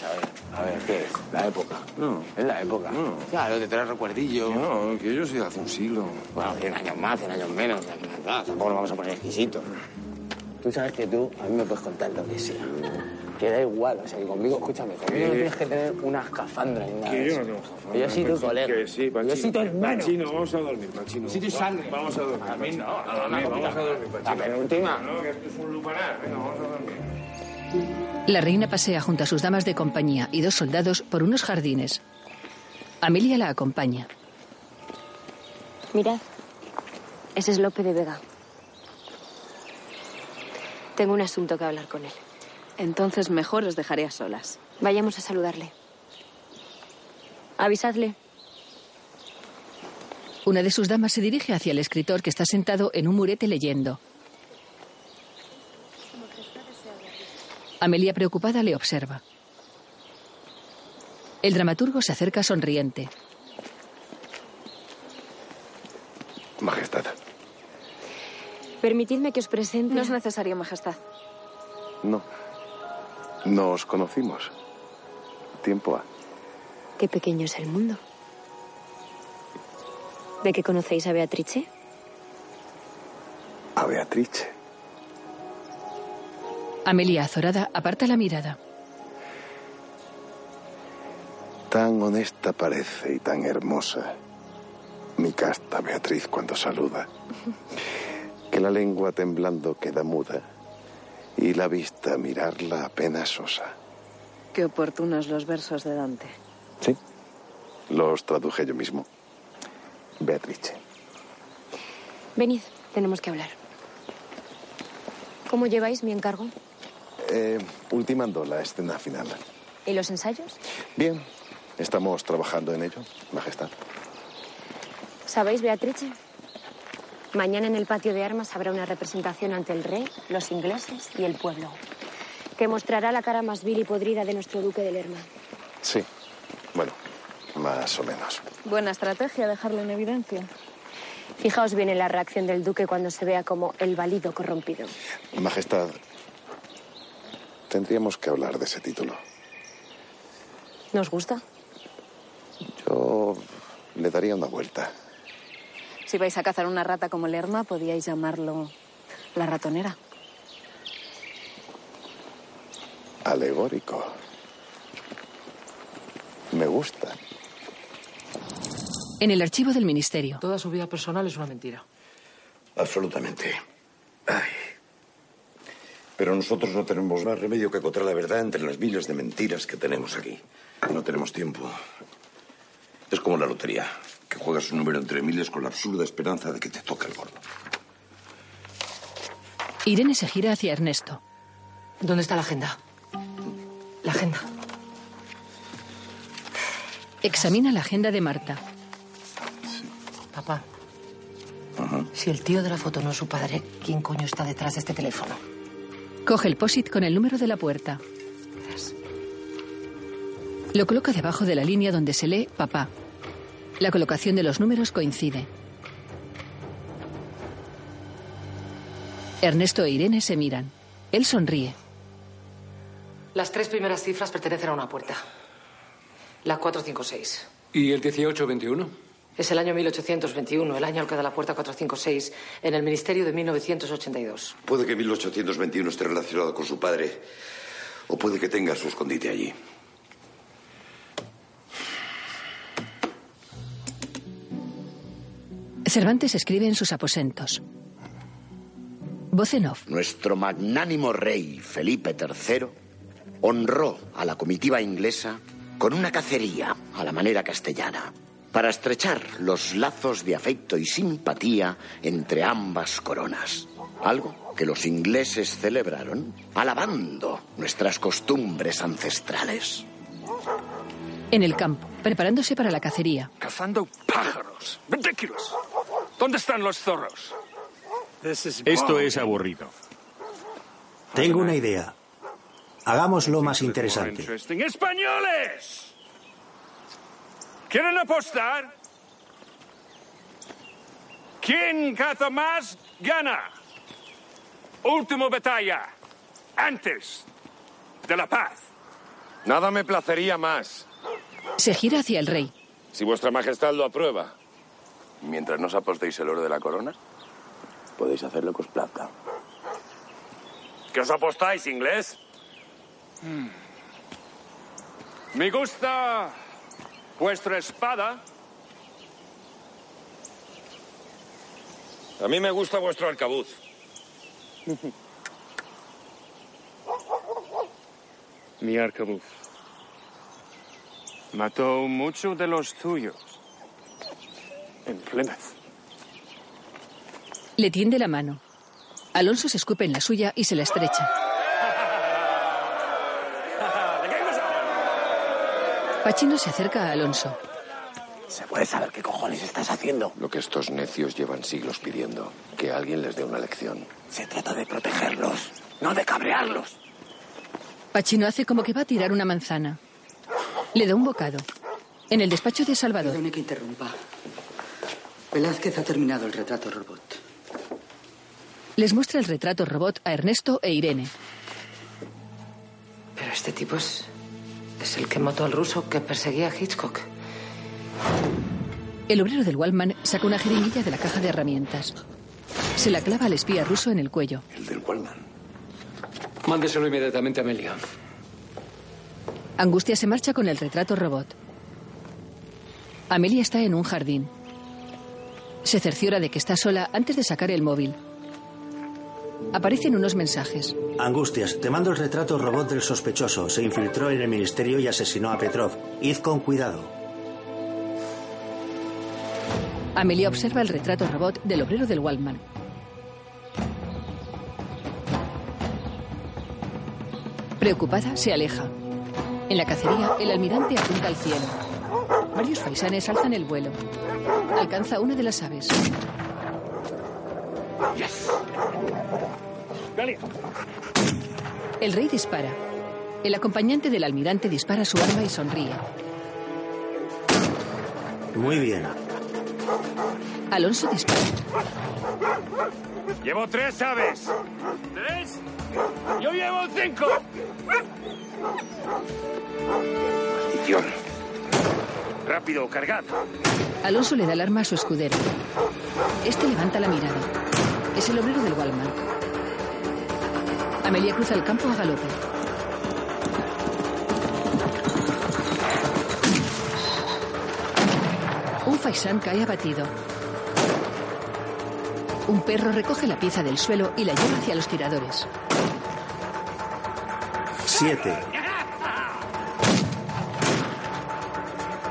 Speaker 12: A ver, a ver, ¿qué es? La época. No. Es la época. No. Claro, te traes recuerdillos.
Speaker 8: No, que yo soy de hace un siglo.
Speaker 12: Bueno, 100 años más, 100 años menos, 100 años más. Tampoco nos vamos a poner exquisitos. Tú sabes que tú a mí me puedes contar lo que sea. Que da igual, o sea, que conmigo, escúchame, conmigo no
Speaker 8: Que-
Speaker 12: tienes que tener una escafandra ni nada.
Speaker 8: Que
Speaker 12: de
Speaker 8: yo
Speaker 12: eso.
Speaker 8: no tengo
Speaker 12: Que Yo soy tu
Speaker 8: Pachino,
Speaker 12: colega.
Speaker 8: Que sí,
Speaker 12: Que
Speaker 8: Pachino.
Speaker 12: Yo soy tu hermano.
Speaker 8: Pachino, vamos a dormir, Pachino.
Speaker 12: Si tú sales.
Speaker 8: Vamos a dormir.
Speaker 12: A mí no, a la
Speaker 8: Pachino,
Speaker 12: última.
Speaker 8: Vamos a dormir,
Speaker 12: La
Speaker 8: Pachino.
Speaker 12: penúltima.
Speaker 8: No, que esto es un lupanar. Venga, vamos a dormir.
Speaker 2: La reina pasea junto a sus damas de compañía y dos soldados por unos jardines. Amelia la acompaña.
Speaker 18: Mirad, ese es Lope de Vega. Tengo un asunto que hablar con él.
Speaker 3: Entonces mejor os dejaré a solas.
Speaker 18: Vayamos a saludarle. Avisadle.
Speaker 2: Una de sus damas se dirige hacia el escritor que está sentado en un murete leyendo. Amelia preocupada le observa. El dramaturgo se acerca sonriente.
Speaker 12: Majestad.
Speaker 31: Permitidme que os presente. No es necesario, Majestad.
Speaker 5: No. Nos conocimos. Tiempo ha.
Speaker 18: Qué pequeño es el mundo. ¿De qué conocéis a Beatrice?
Speaker 5: A Beatrice.
Speaker 2: Amelia, azorada, aparta la mirada.
Speaker 5: Tan honesta parece y tan hermosa. Mi casta Beatriz cuando saluda. Que la lengua temblando queda muda y la vista mirarla apenas osa.
Speaker 3: Qué oportunos los versos de Dante.
Speaker 5: Sí. Los traduje yo mismo. Beatrice.
Speaker 18: Venid, tenemos que hablar. ¿Cómo lleváis mi encargo?
Speaker 5: Eh, ultimando la escena final.
Speaker 18: ¿Y los ensayos?
Speaker 5: Bien, estamos trabajando en ello, Majestad.
Speaker 18: ¿Sabéis, Beatrice? Mañana en el patio de armas habrá una representación ante el rey, los ingleses y el pueblo, que mostrará la cara más vil y podrida de nuestro duque de Lerma.
Speaker 5: Sí. Bueno, más o menos.
Speaker 3: Buena estrategia dejarlo en evidencia.
Speaker 18: Fijaos bien en la reacción del duque cuando se vea como el válido corrompido.
Speaker 5: Majestad, tendríamos que hablar de ese título.
Speaker 18: ¿Nos gusta?
Speaker 5: Yo le daría una vuelta.
Speaker 3: Si vais a cazar una rata como Lerma, podíais llamarlo la ratonera.
Speaker 5: Alegórico. Me gusta.
Speaker 2: En el archivo del ministerio.
Speaker 28: Toda su vida personal es una mentira.
Speaker 5: Absolutamente.
Speaker 29: Pero nosotros no tenemos más remedio que acotar la verdad entre las miles de mentiras que tenemos aquí.
Speaker 5: No tenemos tiempo. Es como la lotería, que juegas un número entre miles con la absurda esperanza de que te toque el gordo.
Speaker 2: Irene se gira hacia Ernesto.
Speaker 28: ¿Dónde está la agenda? La agenda.
Speaker 2: Examina la agenda de Marta.
Speaker 28: Papá. Si el tío de la foto no es su padre, ¿quién coño está detrás de este teléfono?
Speaker 2: Coge el POSIT con el número de la puerta. Lo coloca debajo de la línea donde se lee papá. La colocación de los números coincide. Ernesto e Irene se miran. Él sonríe.
Speaker 28: Las tres primeras cifras pertenecen a una puerta. La 456.
Speaker 13: ¿Y el 1821?
Speaker 28: Es el año 1821, el año al que da la puerta 456, en el Ministerio de 1982.
Speaker 5: Puede que 1821 esté relacionado con su padre, o puede que tenga su escondite allí.
Speaker 2: Cervantes escribe en sus aposentos. Voz en off.
Speaker 4: Nuestro magnánimo rey Felipe III honró a la comitiva inglesa con una cacería a la manera castellana para estrechar los lazos de afecto y simpatía entre ambas coronas. Algo que los ingleses celebraron alabando nuestras costumbres ancestrales.
Speaker 2: En el campo, preparándose para la cacería.
Speaker 29: Cazando pájaros. ¡20 kilos! ¿Dónde están los zorros?
Speaker 32: Esto es aburrido.
Speaker 1: Tengo una idea. Hagámoslo más interesante.
Speaker 29: Interesting. ¡Españoles! ¿Quieren apostar? ¿Quién caza más, gana? Último batalla. Antes de la paz.
Speaker 8: Nada me placería más,
Speaker 2: Se gira hacia el rey.
Speaker 8: si vuestra majestad lo aprueba.
Speaker 5: Mientras no os apostéis el oro de la corona, podéis hacer lo que os plazca.
Speaker 8: ¿Qué os apostáis, inglés?
Speaker 29: Me gusta vuestra espada.
Speaker 8: A mí me gusta vuestro alcabuz.
Speaker 29: Mi arcabuz. Mató muchos de los tuyos. En Plymouth.
Speaker 2: Le tiende la mano. Alonso se escupe en la suya y se la estrecha. Pachino se acerca a Alonso.
Speaker 8: ¿Se puede saber qué cojones estás haciendo?
Speaker 5: Lo que estos necios llevan siglos pidiendo, que alguien les dé una lección.
Speaker 8: Se trata de protegerlos, no de cabrearlos.
Speaker 2: Pachino hace como que va a tirar una manzana. Le da un bocado. En el despacho de Salvador.
Speaker 26: Perdone que interrumpa. Velázquez ha terminado el retrato robot.
Speaker 2: Les muestra el retrato robot a Ernesto e Irene.
Speaker 28: Pero este tipo es. es el que mató al ruso que perseguía a Hitchcock.
Speaker 2: El obrero del Wallman saca una jeringuilla de la caja de herramientas. Se la clava al espía ruso en el cuello.
Speaker 13: El del Wallman. Mándeselo inmediatamente a Amelia.
Speaker 2: Angustia se marcha con el retrato robot. Amelia está en un jardín. Se cerciora de que está sola antes de sacar el móvil. Aparecen unos mensajes.
Speaker 1: Angustias, te mando el retrato robot del sospechoso. Se infiltró en el ministerio y asesinó a Petrov. Id con cuidado.
Speaker 2: Amelia observa el retrato robot del obrero del Wallman. Preocupada, se aleja. En la cacería, el almirante apunta al cielo. Varios faisanes alzan el vuelo. Alcanza una de las aves. El rey dispara. El acompañante del almirante dispara su arma y sonríe.
Speaker 1: Muy bien.
Speaker 2: Alonso dispara.
Speaker 29: Llevo tres aves.
Speaker 10: ¿Tres? Yo llevo cinco.
Speaker 29: Maldición. Rápido, cargad.
Speaker 2: Alonso le da el arma a su escudero. Este levanta la mirada. Es el obrero del Walmart. Amelia cruza el campo a galope. Un faisán cae abatido. Un perro recoge la pieza del suelo y la lleva hacia los tiradores.
Speaker 1: Siete.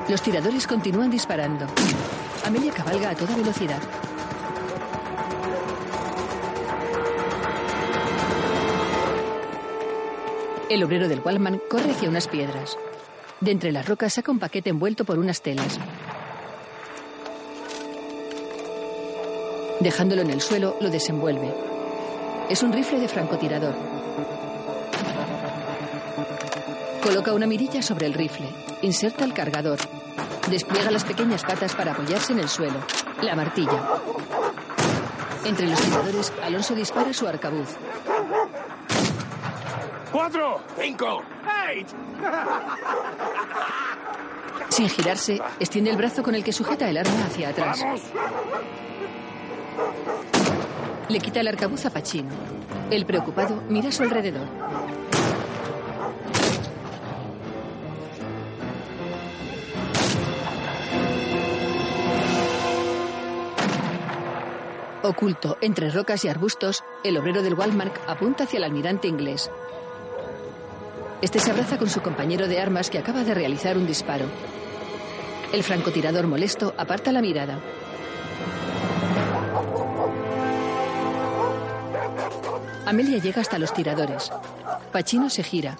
Speaker 2: Los tiradores continúan disparando. Amelia cabalga a toda velocidad. El obrero del Wallman corre hacia unas piedras. De entre las rocas saca un paquete envuelto por unas telas. Dejándolo en el suelo, lo desenvuelve. Es un rifle de francotirador. Coloca una mirilla sobre el rifle, inserta el cargador, despliega las pequeñas patas para apoyarse en el suelo, la martilla. Entre los tiradores, Alonso dispara su arcabuz.
Speaker 29: ¡Cuatro! ¡Cinco!
Speaker 10: ¡Eight!
Speaker 2: Sin girarse, extiende el brazo con el que sujeta el arma hacia atrás. Le quita el arcabuz a Pachino. El preocupado mira a su alrededor. Oculto entre rocas y arbustos, el obrero del Walmart apunta hacia el almirante inglés. Este se abraza con su compañero de armas que acaba de realizar un disparo. El francotirador molesto aparta la mirada. Amelia llega hasta los tiradores. Pachino se gira.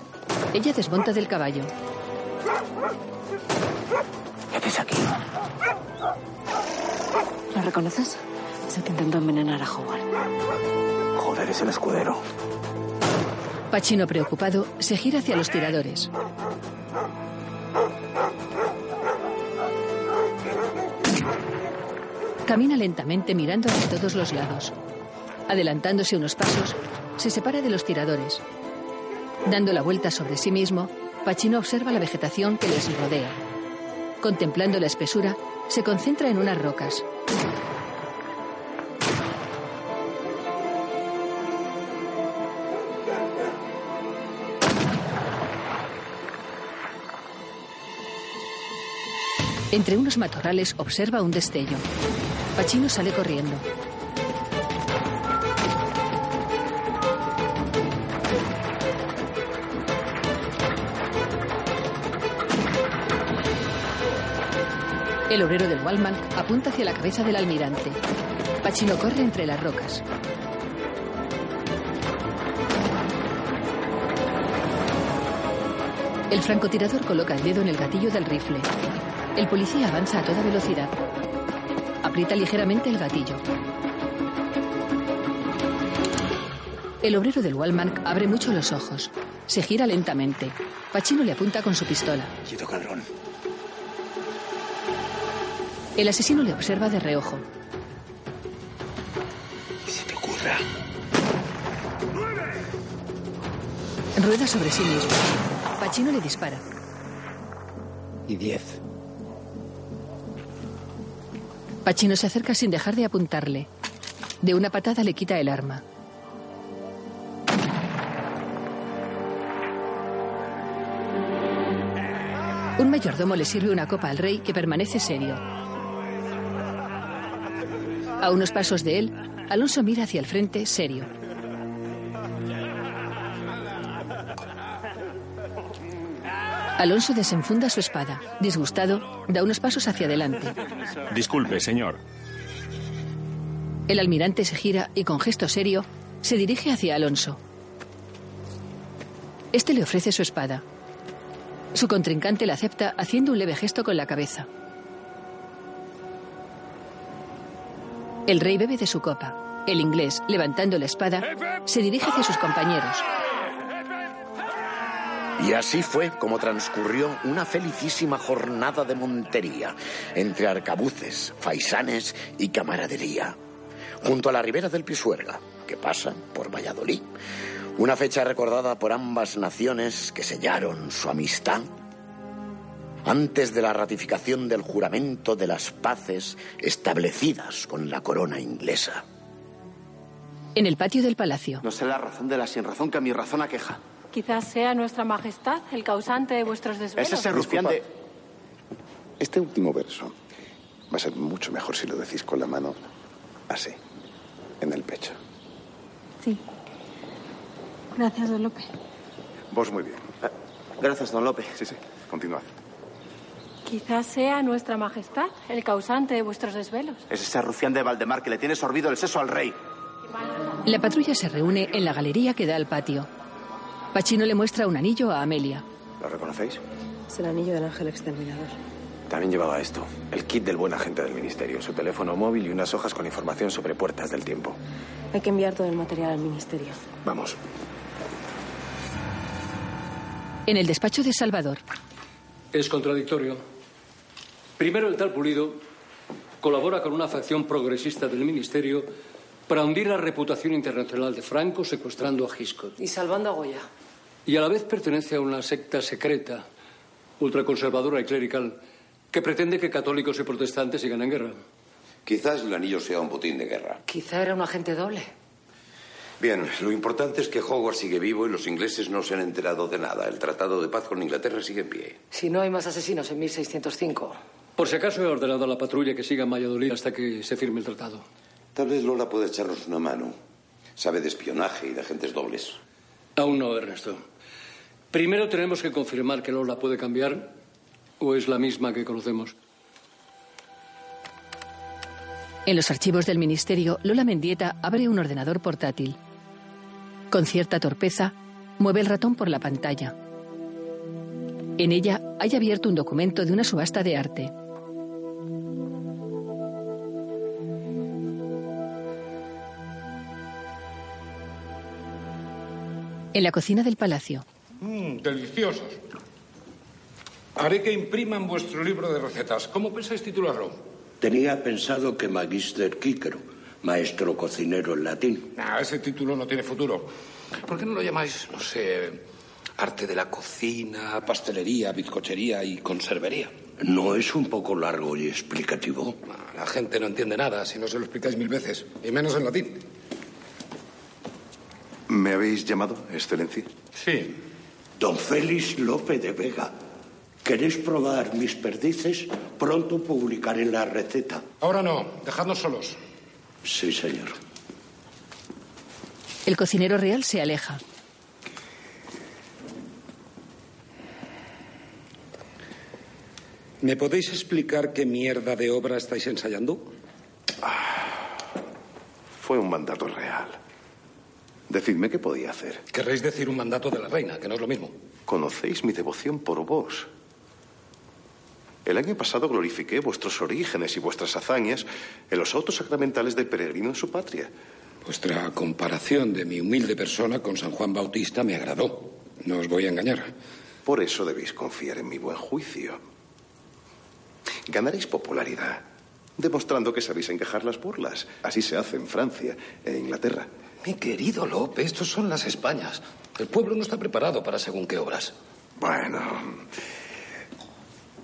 Speaker 2: Ella desmonta del caballo.
Speaker 3: ¿Qué haces aquí? ¿Lo reconoces? Es el que intentó envenenar a Howard.
Speaker 14: Joder, es el escudero.
Speaker 2: Pachino preocupado se gira hacia los tiradores. Camina lentamente mirando hacia todos los lados. Adelantándose unos pasos, se separa de los tiradores. Dando la vuelta sobre sí mismo, Pachino observa la vegetación que les rodea. Contemplando la espesura, se concentra en unas rocas. Entre unos matorrales observa un destello. Pachino sale corriendo. El obrero del Walmart apunta hacia la cabeza del almirante. Pachino corre entre las rocas. El francotirador coloca el dedo en el gatillo del rifle. El policía avanza a toda velocidad. Aprieta ligeramente el gatillo. El obrero del Walmart abre mucho los ojos. Se gira lentamente. Pachino le apunta con su pistola.
Speaker 14: Quieto, cabrón.
Speaker 2: El asesino le observa de reojo.
Speaker 14: ¿Qué se te ocurra?
Speaker 2: Rueda sobre sí mismo. Pacino le dispara.
Speaker 14: Y diez.
Speaker 2: Pacino se acerca sin dejar de apuntarle. De una patada le quita el arma. Un mayordomo le sirve una copa al rey que permanece serio. A unos pasos de él, Alonso mira hacia el frente serio. Alonso desenfunda su espada. Disgustado, da unos pasos hacia adelante.
Speaker 29: Disculpe, señor.
Speaker 2: El almirante se gira y con gesto serio se dirige hacia Alonso. Este le ofrece su espada. Su contrincante la acepta haciendo un leve gesto con la cabeza. El rey bebe de su copa. El inglés, levantando la espada, se dirige hacia sus compañeros.
Speaker 4: Y así fue como transcurrió una felicísima jornada de montería entre arcabuces, faisanes y camaradería. Junto a la ribera del Pisuerga, que pasa por Valladolid, una fecha recordada por ambas naciones que sellaron su amistad antes de la ratificación del juramento de las paces establecidas con la corona inglesa.
Speaker 2: En el patio del palacio,
Speaker 33: No sé la razón de la sin razón que mi razón aqueja.
Speaker 34: Quizás sea Nuestra Majestad el causante de vuestros desvelos.
Speaker 33: Es ese rufián de...
Speaker 5: Este último verso va a ser mucho mejor si lo decís con la mano así, en el pecho.
Speaker 34: Gracias, don Lope.
Speaker 5: Vos muy bien.
Speaker 33: Ah,
Speaker 5: Gracias, don López. Sí, sí, continuad.
Speaker 34: Quizás sea Nuestra Majestad el causante de vuestros desvelos.
Speaker 33: Es ese rufián de Valdemar que le tiene sorbido el seso al rey.
Speaker 2: la patrulla se reúne en la galería que da al patio. Pacino le muestra un anillo a Amelia.
Speaker 11: ¿Lo reconocéis?
Speaker 3: Es el anillo del ángel exterminador.
Speaker 11: También llevaba esto, el kit del buen agente del ministerio, su teléfono móvil y unas hojas con información sobre puertas del tiempo.
Speaker 3: Hay que enviar todo el material al ministerio.
Speaker 11: Vamos.
Speaker 2: En el despacho de Salvador,
Speaker 13: Es contradictorio. Primero, el tal Pulido colabora con una facción progresista del Ministerio para hundir la reputación internacional de Franco secuestrando a Hitchcock.
Speaker 35: Y salvando a Goya.
Speaker 13: Y a la vez pertenece a una secta secreta, ultraconservadora y clerical, que pretende que católicos y protestantes sigan en guerra.
Speaker 11: Quizás el anillo sea un botín de guerra.
Speaker 35: Quizá era un agente doble.
Speaker 11: Bien, lo importante es que Howard sigue vivo y los ingleses no se han enterado de nada. El tratado de paz con Inglaterra sigue en pie.
Speaker 35: Si no hay más asesinos en 1605.
Speaker 13: Por si acaso he ordenado a la patrulla que siga en Valladolid hasta que se firme el tratado.
Speaker 11: Tal vez Lola pueda echarnos una mano. Sabe de espionaje y de agentes dobles.
Speaker 13: Aún no, Ernesto. Primero tenemos que confirmar que Lola puede cambiar o es la misma que conocemos.
Speaker 2: en los archivos del ministerio, Lola Mendieta abre un ordenador portátil. Con cierta torpeza, mueve el ratón por la pantalla. En ella hay abierto un documento de una subasta de arte. En la cocina del palacio,
Speaker 36: Mmm, deliciosos. Haré que impriman vuestro libro de recetas. ¿Cómo pensáis titularlo?
Speaker 23: Tenía pensado que Magister Cicero, maestro cocinero en latín.
Speaker 36: Ah, ese título no tiene futuro.
Speaker 23: ¿Por qué no lo llamáis, no sé, arte de la cocina, pastelería, bizcochería y conservería? ¿No es un poco largo y explicativo? La gente no entiende nada si no se lo explicáis mil veces, y menos en latín.
Speaker 5: ¿Me habéis llamado, Excelencia?
Speaker 23: Sí. Don Félix López de Vega. ¿Queréis probar mis perdices? Pronto publicaré la receta.
Speaker 36: Ahora no, dejadnos solos.
Speaker 23: Sí, señor.
Speaker 2: el cocinero real se aleja.
Speaker 36: ¿Me podéis explicar qué mierda de obra estáis ensayando?
Speaker 5: Fue un mandato real. Decidme qué podía hacer.
Speaker 36: Querréis decir un mandato de la reina, que no es lo mismo.
Speaker 5: Conocéis mi devoción por vos. El año pasado glorifiqué vuestros orígenes y vuestras hazañas en los autos sacramentales del peregrino en su patria.
Speaker 36: Vuestra comparación de mi humilde persona con San Juan Bautista me agradó. No os voy a engañar.
Speaker 5: Por eso debéis confiar en mi buen juicio. Ganaréis popularidad, demostrando que sabéis encajar las burlas. Así se hace en Francia e Inglaterra.
Speaker 8: Mi querido Lope, estos son las Españas. El pueblo no está preparado para según qué obras.
Speaker 5: Bueno.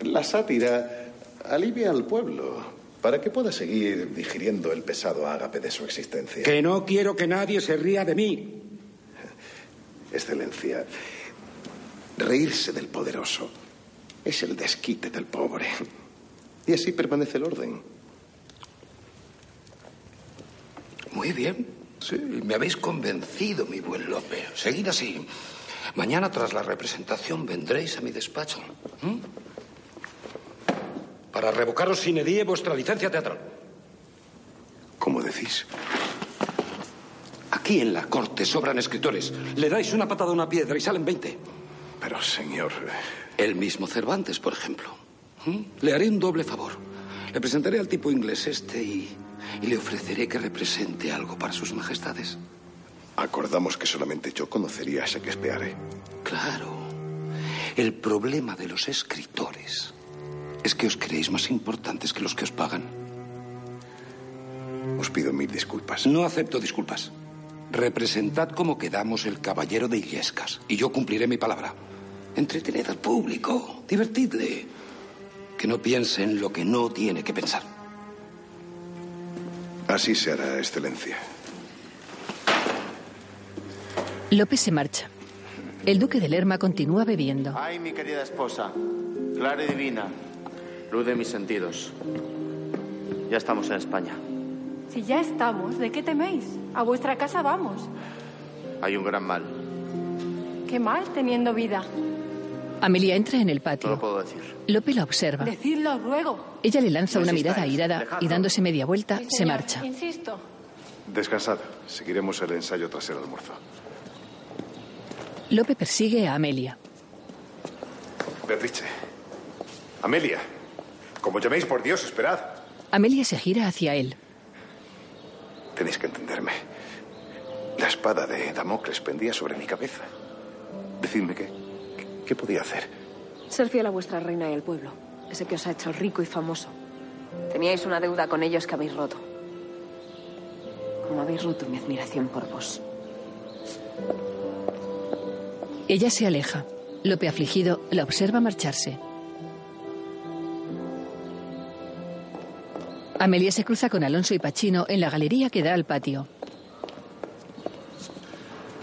Speaker 5: La sátira alivia al pueblo para que pueda seguir digiriendo el pesado ágape de su existencia.
Speaker 23: Que no quiero que nadie se ría de mí.
Speaker 5: Excelencia, reírse del poderoso es el desquite del pobre. Y así permanece el orden.
Speaker 8: Muy bien. Sí, me habéis convencido, mi buen Lope. Seguid así. Mañana, tras la representación, vendréis a mi despacho. ¿Mm? ¿m?
Speaker 23: Para revocaros sin edie vuestra licencia teatral.
Speaker 5: ¿Cómo decís?
Speaker 8: Aquí en la corte sobran escritores. Le dais una patada a una piedra y salen 20.
Speaker 5: Pero, señor.
Speaker 8: El mismo Cervantes, por ejemplo. ¿Mm? Le haré un doble favor. Le presentaré al tipo inglés este y, y le ofreceré que represente algo para sus majestades.
Speaker 5: Acordamos que solamente yo conocería a Shakespeare.
Speaker 8: Claro. El problema de los escritores es que os creéis más importantes que los que os pagan.
Speaker 5: Os pido mil disculpas.
Speaker 8: No acepto disculpas. Representad como quedamos el caballero de Illescas y yo cumpliré mi palabra. Entretened al público, divertidle. Que no piense en lo que no tiene que pensar.
Speaker 5: Así se hará, Excelencia.
Speaker 2: López se marcha. El duque de Lerma continúa bebiendo.
Speaker 37: Ay, mi querida esposa, clara y divina, luz de mis sentidos. Ya estamos en España.
Speaker 34: Si ya estamos, ¿de qué teméis? A vuestra casa vamos.
Speaker 37: Hay un gran mal.
Speaker 34: Qué mal teniendo vida.
Speaker 2: Amelia entra en el patio.
Speaker 37: No lo puedo decir.
Speaker 2: Lope la observa.
Speaker 34: Decidlo, ruego.
Speaker 2: Ella le lanza
Speaker 37: No
Speaker 2: una
Speaker 37: insistáis,
Speaker 2: mirada airada y
Speaker 37: dejadlo.
Speaker 2: dándose media vuelta
Speaker 34: Sí,
Speaker 2: se
Speaker 34: señor,
Speaker 2: marcha.
Speaker 34: Insisto.
Speaker 5: Descansad. Seguiremos el ensayo tras el almuerzo.
Speaker 2: Lope persigue a Amelia.
Speaker 38: Beatrice. Amelia. Como llaméis, por Dios, esperad.
Speaker 2: Amelia se gira hacia él.
Speaker 5: Tenéis que entenderme. La espada de Damocles pendía sobre mi cabeza. Decidme qué. ¿Qué podía hacer?
Speaker 3: Ser fiel a vuestra reina y al pueblo, ese que os ha hecho rico y famoso. Teníais una deuda con ellos que habéis roto. Como habéis roto mi admiración por vos.
Speaker 2: Ella se aleja. Lope afligido la observa marcharse. Amelia se cruza con Alonso y Pachino en la galería que da al patio.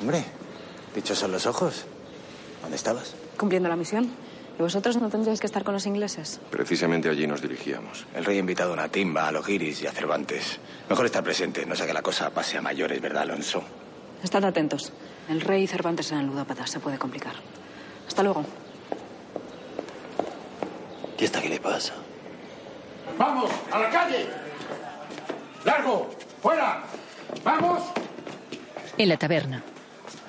Speaker 12: Hombre, dichos son los ojos. ¿Dónde estabas?
Speaker 3: Cumpliendo la misión. ¿Y vosotros no tendríais que estar con los ingleses?
Speaker 12: Precisamente allí nos dirigíamos. El rey ha invitado a una timba, a los giris y a Cervantes. Mejor estar presente, no sea que la cosa pase a mayores, ¿verdad, Alonso?
Speaker 3: Estad atentos. El rey y Cervantes eran ludópatas. Se puede complicar. Hasta luego.
Speaker 12: ¿Y hasta qué le pasa?
Speaker 23: ¡Vamos! ¡A la calle! ¡Largo! ¡Fuera! ¡Vamos!
Speaker 2: En la taberna.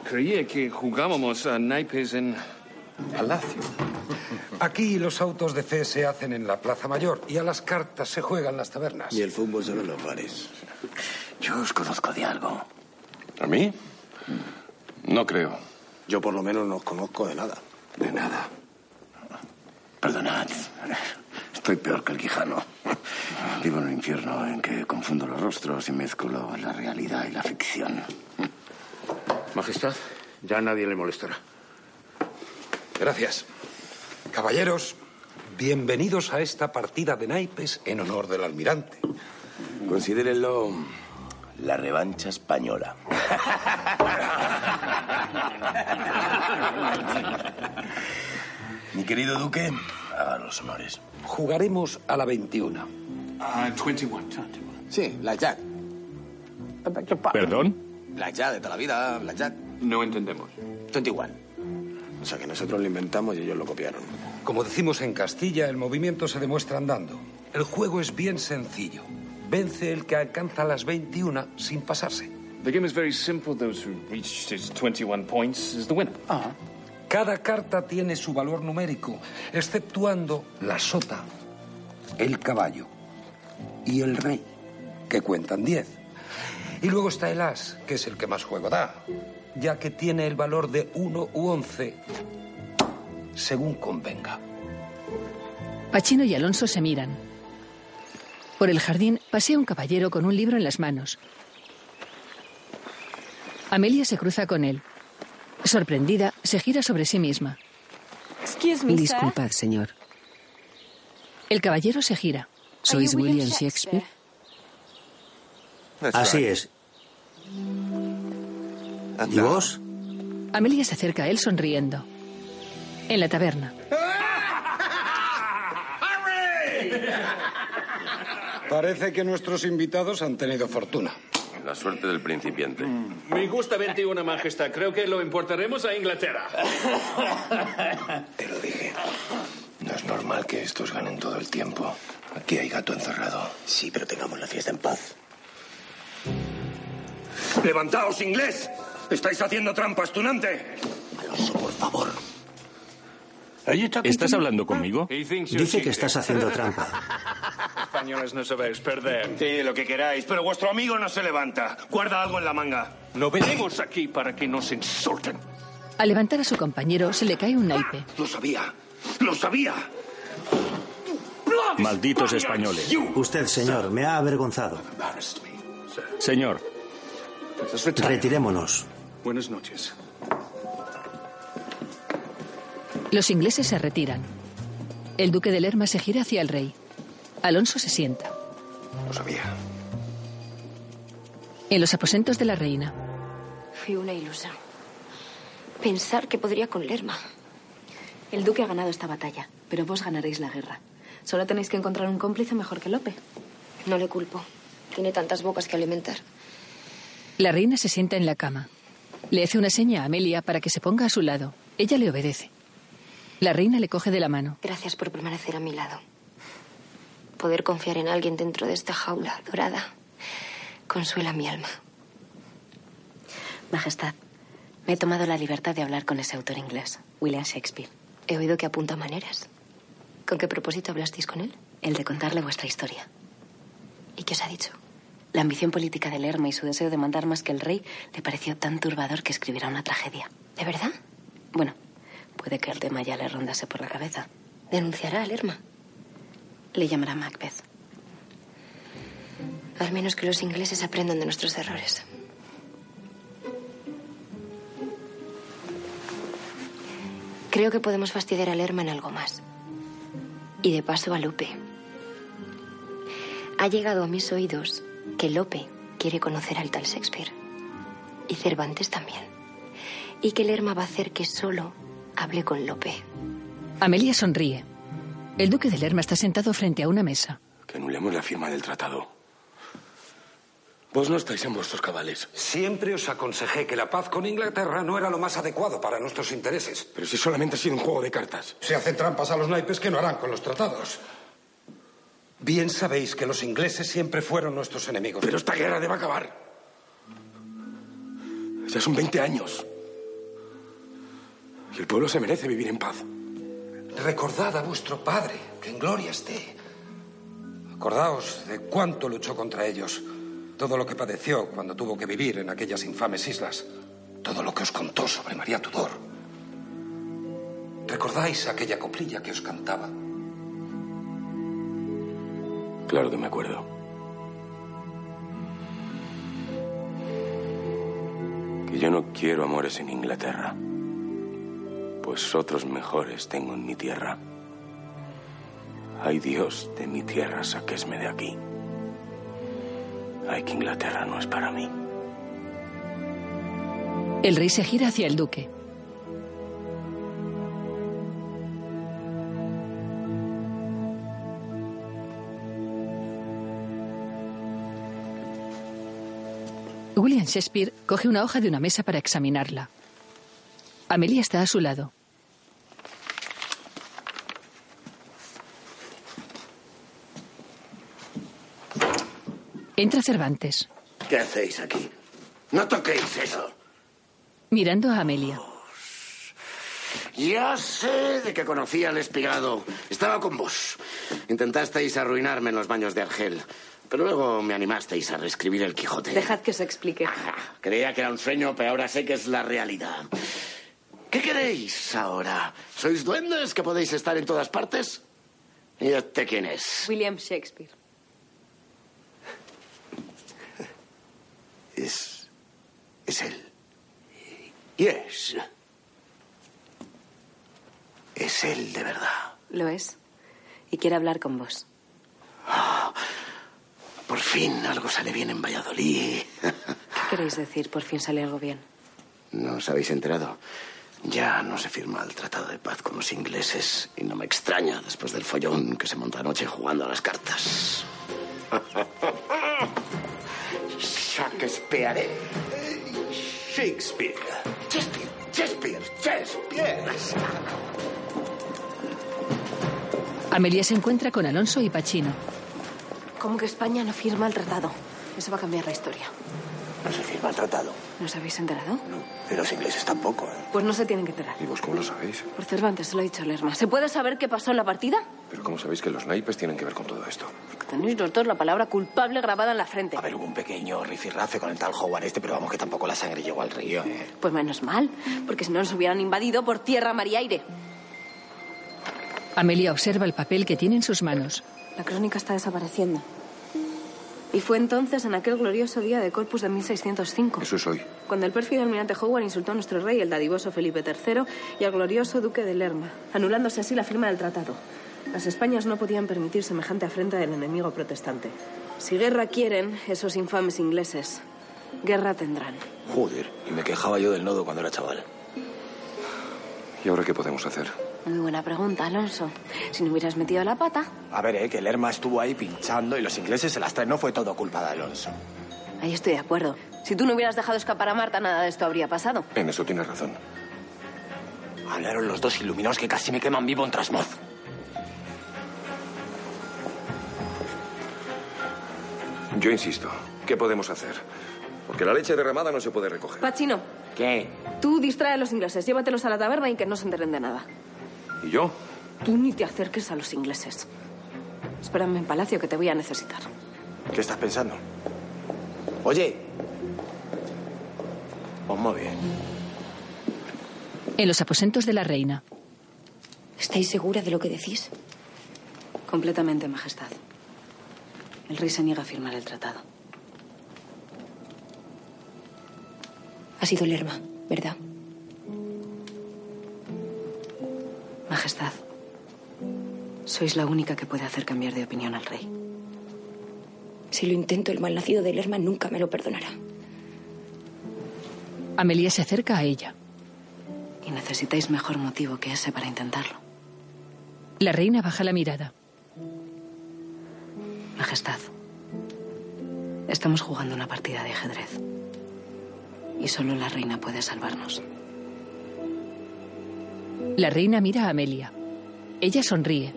Speaker 29: Creía que jugábamos a naipes en Palacio.
Speaker 23: Aquí los autos de fe se hacen en la Plaza Mayor y a las cartas se juegan las tabernas.
Speaker 12: el fútbol solo en los bares. Yo os conozco de algo.
Speaker 29: ¿A mí? No creo.
Speaker 12: Yo por lo menos no os conozco de nada. De nada.
Speaker 4: Perdonad. Estoy peor que el Quijano. Vivo en un infierno en que confundo los rostros y mezclo la realidad y la ficción.
Speaker 37: Majestad, ya nadie le molestará.
Speaker 23: Gracias. Caballeros, bienvenidos a esta partida de naipes en honor del almirante.
Speaker 12: Considérenlo la revancha española. Mi querido duque, haga los honores.
Speaker 23: Jugaremos a la 21.
Speaker 12: Ah, 21, Sí, la Jack.
Speaker 29: ¿Perdón?
Speaker 12: La Jack de toda la vida, la Jack. No entendemos. 21. O sea que nosotros lo inventamos y ellos lo copiaron.
Speaker 23: Como decimos en Castilla, el movimiento se demuestra andando. El juego es bien sencillo. Vence el que alcanza las 21 sin pasarse.
Speaker 29: The game is very simple. Those who reach its 21 points is the winner.
Speaker 23: Cada carta tiene su valor numérico, exceptuando la sota, el caballo y el rey, que cuentan 10. Y luego está el as, que es el que más juego da, ya que tiene el valor de 1 u 11, según convenga.
Speaker 2: Pachino y Alonso se miran. Por el jardín pasea un caballero con un libro en las manos. Amelia se cruza con él. Sorprendida, se gira sobre sí misma.
Speaker 39: Excuse
Speaker 2: me, sir.
Speaker 9: Disculpad, señor.
Speaker 2: El caballero se gira.
Speaker 9: ¿Sois William Shakespeare?
Speaker 1: Así es. ¿Y vos?
Speaker 2: Amelia se acerca a él sonriendo. En la taberna.
Speaker 40: Parece que nuestros invitados han tenido fortuna.
Speaker 41: La suerte del principiante.
Speaker 29: Me gusta 21, Majestad. Creo que lo importaremos a Inglaterra.
Speaker 12: Te lo dije. No es normal que estos ganen todo el tiempo. Aquí hay gato encerrado. Sí, pero tengamos la fiesta en paz.
Speaker 42: ¡Levantaos, inglés! ¡Estáis haciendo trampa, tunante! Alonso, por favor.
Speaker 18: ¿Estás hablando conmigo?
Speaker 1: Dice que estás haciendo trampa.
Speaker 29: Españoles no sabéis perder.
Speaker 42: Sí, lo que queráis, pero vuestro amigo no se levanta. Guarda algo en la manga.
Speaker 29: No venimos aquí para que nos insulten.
Speaker 2: Al levantar a su compañero, se le cae un naipe.
Speaker 42: Lo sabía. Lo sabía.
Speaker 18: Malditos españoles.
Speaker 1: Usted, señor, me ha avergonzado.
Speaker 18: Señor.
Speaker 1: Retirémonos.
Speaker 29: Buenas noches.
Speaker 2: Los ingleses se retiran. El duque de Lerma se gira hacia el rey. Alonso se sienta.
Speaker 12: Lo sabía.
Speaker 2: En los aposentos de la reina,
Speaker 18: Fui una ilusa. Pensar que podría con Lerma.
Speaker 3: El duque ha ganado esta batalla, pero vos ganaréis la guerra. Solo tenéis que encontrar un cómplice mejor que Lope.
Speaker 18: No le culpo. Tiene tantas bocas que alimentar.
Speaker 2: la reina se sienta en la cama. Le hace una seña a Amelia para que se ponga a su lado. Ella le obedece. La reina le coge de la mano.
Speaker 18: Gracias por permanecer a mi lado. Poder confiar en alguien dentro de esta jaula dorada consuela mi alma.
Speaker 3: Majestad, me he tomado la libertad de hablar con ese autor inglés, William Shakespeare.
Speaker 18: He oído que apunta maneras. ¿Con qué propósito hablasteis con él?
Speaker 3: El de contarle vuestra historia.
Speaker 18: ¿Y qué os ha dicho?
Speaker 3: La ambición política de Lerma y su deseo de mandar más que el rey le pareció tan turbador que escribirá una tragedia.
Speaker 18: ¿De verdad?
Speaker 3: Bueno, puede que el tema ya le rondase por la cabeza.
Speaker 18: ¿Denunciará a Lerma?
Speaker 3: Le llamará Macbeth.
Speaker 18: Al menos que los ingleses aprendan de nuestros errores. Creo que podemos fastidiar a Lerma en algo más. Y de paso a Lope. Ha llegado a mis oídos que Lope quiere conocer al tal Shakespeare. Y Cervantes también. Y que Lerma va a hacer que solo hable con Lope.
Speaker 2: Amelia sonríe. El duque de Lerma está sentado frente a una mesa.
Speaker 41: Que anulemos la firma del tratado. Vos no estáis en vuestros cabales.
Speaker 8: Siempre os aconsejé que la paz con Inglaterra no era lo más adecuado para nuestros intereses.
Speaker 41: Pero si solamente ha sido un juego de cartas.
Speaker 8: Se hacen trampas a los naipes que no harán con los tratados. Bien sabéis que los ingleses siempre fueron nuestros enemigos.
Speaker 41: Pero esta guerra debe acabar. Ya son 20 años. Y el pueblo se merece vivir en paz.
Speaker 8: Recordad a vuestro padre, que en gloria esté. Acordaos de cuánto luchó contra ellos, todo lo que padeció cuando tuvo que vivir en aquellas infames islas, todo lo que os contó sobre María Tudor. ¿Recordáis aquella coplilla que os cantaba?
Speaker 41: Claro que me acuerdo. Que yo no quiero amores en Inglaterra, pues otros mejores tengo en mi tierra. Ay Dios, de mi tierra saquesme de aquí. Ay, que Inglaterra no es para mí.
Speaker 2: El rey se gira hacia el duque. William Shakespeare coge una hoja de una mesa para examinarla. Amelia está a su lado. Entra Cervantes,
Speaker 42: ¿Qué hacéis aquí? No toquéis eso.
Speaker 2: mirando a Amelia.
Speaker 42: Ya sé de que conocía al espigado. Estaba con vos.
Speaker 4: Intentasteis arruinarme en los baños de Argel, pero luego me animasteis a reescribir el Quijote.
Speaker 3: Dejad que se explique.
Speaker 4: Creía que era un sueño, pero ahora sé que es la realidad. ¿Qué queréis ahora? ¿Sois duendes que podéis estar en todas partes? ¿Y este quién es?
Speaker 3: William Shakespeare.
Speaker 4: Es. es él.
Speaker 23: Yes.
Speaker 4: Es él de verdad.
Speaker 3: Lo es. Y quiere hablar con vos.
Speaker 4: Ah, Por fin algo sale bien en Valladolid.
Speaker 3: ¿Qué queréis decir? Por fin sale algo bien.
Speaker 4: ¿No os habéis enterado? Ya no se firma el tratado de paz con los ingleses y no me extraña después del follón que se monta anoche jugando a las cartas. Shakespeare. Shakespeare. Shakespeare. Shakespeare. Shakespeare.
Speaker 2: Amelia se encuentra con Alonso y Pachino.
Speaker 3: Como que España no firma el tratado. Eso va a cambiar la historia.
Speaker 8: No se firma el tratado.
Speaker 3: ¿No os habéis enterado?
Speaker 8: Y los ingleses tampoco. ¿eh?
Speaker 3: Pues no se tienen que enterar.
Speaker 8: ¿Y vos cómo lo sabéis?
Speaker 3: Por Cervantes, se lo ha dicho Lerma. ¿Se puede saber qué pasó en la partida?
Speaker 8: Pero ¿cómo sabéis que los naipes tienen que ver con todo esto?
Speaker 3: Porque tenéis los dos la palabra culpable grabada en la frente.
Speaker 4: A ver, hubo un pequeño rifirrafe con el tal Howard este, pero vamos que tampoco la sangre llegó al río. ¿eh?
Speaker 3: Pues menos mal, porque si no nos hubieran invadido por tierra, mar y aire.
Speaker 2: Amelia observa el papel que tiene en sus manos.
Speaker 3: La crónica está desapareciendo. Y fue entonces, en aquel glorioso día de Corpus de 1605,
Speaker 8: Eso es hoy.
Speaker 3: cuando el pérfido almirante Howard insultó a nuestro rey, el dadivoso Felipe III, y al glorioso duque de Lerma, anulándose así la firma del tratado. Las Españas no podían permitir semejante afrenta del enemigo protestante. Si guerra quieren, esos infames ingleses, guerra tendrán.
Speaker 12: Joder, y me quejaba yo del nodo cuando era chaval.
Speaker 8: ¿Y ahora qué podemos hacer?
Speaker 3: Muy buena pregunta, Alonso. Si no hubieras metido la pata,
Speaker 12: A ver, eh, que Lerma estuvo ahí pinchando y los ingleses se las traen. No fue todo culpa de Alonso.
Speaker 3: ahí estoy de acuerdo. Si tú no hubieras dejado escapar a Marta, nada de esto habría pasado.
Speaker 8: En eso tienes razón.
Speaker 12: Hablaron los dos iluminados que casi me queman vivo en Trasmoz.
Speaker 8: Yo insisto, ¿qué podemos hacer? Porque la leche derramada no se puede recoger.
Speaker 3: Pachino,
Speaker 8: ¿Qué?
Speaker 3: tú distrae a los ingleses, llévatelos a la taberna y que no se enteren de nada.
Speaker 8: ¿Y yo?
Speaker 3: Tú ni te acerques a los ingleses. Espérame en palacio que te voy a necesitar.
Speaker 12: ¿Qué estás pensando? Oye. Pues muy bien.
Speaker 2: En los aposentos de la reina,
Speaker 3: ¿Estáis segura de lo que decís? Completamente, Majestad. El rey se niega a firmar el tratado.
Speaker 18: Ha sido Lerma, ¿verdad?
Speaker 3: Majestad, sois la única que puede hacer cambiar de opinión al rey.
Speaker 18: Si lo intento, el malnacido de Lerma nunca me lo perdonará.
Speaker 2: Amelia se acerca a ella.
Speaker 3: Y necesitáis mejor motivo que ese para intentarlo.
Speaker 2: La reina baja la mirada.
Speaker 3: Majestad, estamos jugando una partida de ajedrez. Y solo la reina puede salvarnos.
Speaker 2: La reina mira a Amelia. Ella sonríe.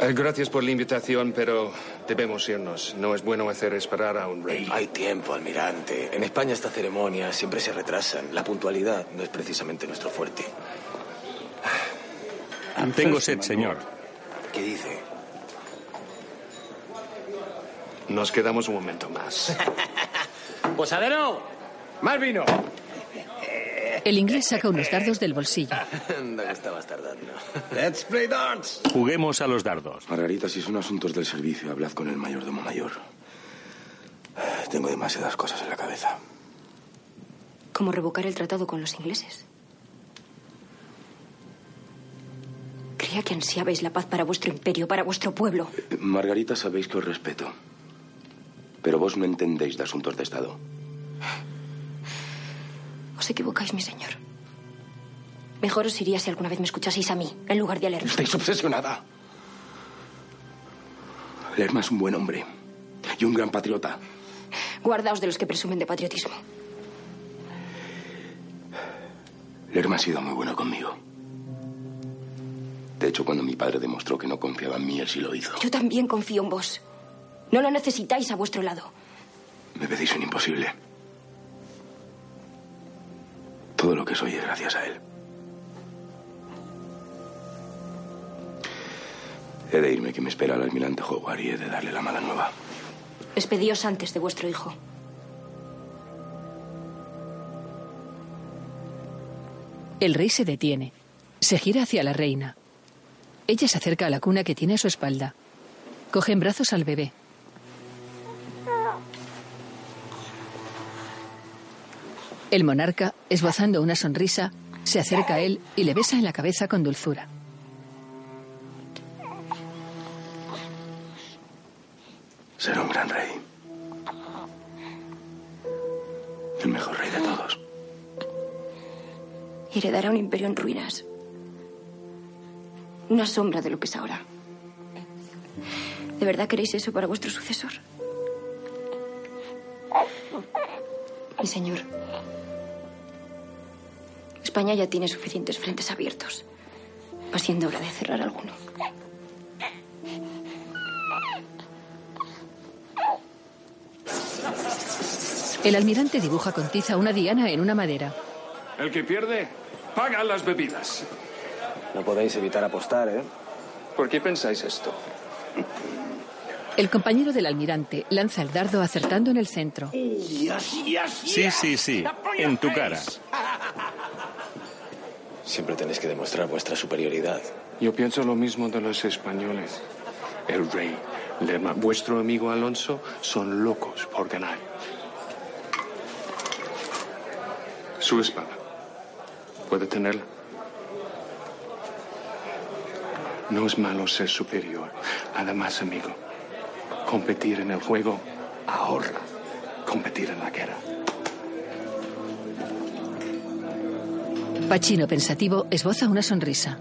Speaker 29: Eh, Gracias por la invitación, pero debemos irnos. No es bueno hacer esperar a un rey.
Speaker 12: Hay tiempo, almirante. En España estas ceremonias siempre se retrasan. La puntualidad no es precisamente nuestro fuerte.
Speaker 43: Tengo sed, señor.
Speaker 12: ¿Qué dice?
Speaker 29: Nos quedamos un momento más.
Speaker 12: ¡Posadero! ¡Más vino!
Speaker 2: El inglés saca unos dardos del bolsillo.
Speaker 12: Anda, que estabas tardando.
Speaker 43: Let's play darts. Juguemos a los dardos.
Speaker 8: Margarita, si son asuntos del servicio, hablad con el mayordomo mayor. Tengo demasiadas cosas en la cabeza.
Speaker 18: ¿Cómo revocar el tratado con los ingleses? Creía que ansiabais la paz para vuestro imperio, para vuestro pueblo.
Speaker 8: Margarita, sabéis que os respeto. Pero vos no entendéis de asuntos de Estado.
Speaker 18: Os equivocáis, mi señor. Mejor os iría si alguna vez me escuchaseis a mí, en lugar de a Lerma.
Speaker 8: Estáis obsesionada. Lerma es un buen hombre y un gran patriota.
Speaker 18: Guardaos de los que presumen de patriotismo.
Speaker 8: Lerma ha sido muy bueno conmigo. De hecho, cuando mi padre demostró que no confiaba en mí, él sí lo hizo.
Speaker 18: Yo también confío en vos. No lo necesitáis a vuestro lado.
Speaker 8: Me pedís un imposible. Todo lo que soy es gracias a él. He de irme que me espera el almirante Howard y he de darle la mala nueva.
Speaker 18: Despedíos antes de vuestro hijo.
Speaker 2: El rey se detiene. Se gira hacia la reina. Ella se acerca a la cuna que tiene a su espalda. Coge en brazos al bebé. El monarca, esbozando una sonrisa, se acerca a él y le besa en la cabeza con dulzura.
Speaker 11: Ser un gran rey. El mejor rey de todos.
Speaker 44: Heredará un imperio en ruinas. Una sombra de lo que es ahora. ¿De verdad queréis eso para vuestro sucesor? Mi señor. España ya tiene suficientes frentes abiertos. Va siendo hora de cerrar alguno.
Speaker 2: El almirante dibuja con tiza una diana en una madera.
Speaker 29: El que pierde, paga las bebidas.
Speaker 35: No podéis evitar apostar, ¿eh?
Speaker 29: ¿Por qué pensáis esto?
Speaker 2: El compañero del almirante lanza el dardo acertando en el centro.
Speaker 6: Sí, sí, sí. En tu cara.
Speaker 30: Siempre tenéis que demostrar vuestra superioridad.
Speaker 29: Yo pienso lo mismo de los españoles. El rey, Lerma, vuestro amigo Alonso son locos por ganar. Su espada. Puede tenerla. No es malo ser superior. Además, amigo, competir en el juego ahorra competir en la guerra.
Speaker 2: Pachino, pensativo, esboza una sonrisa.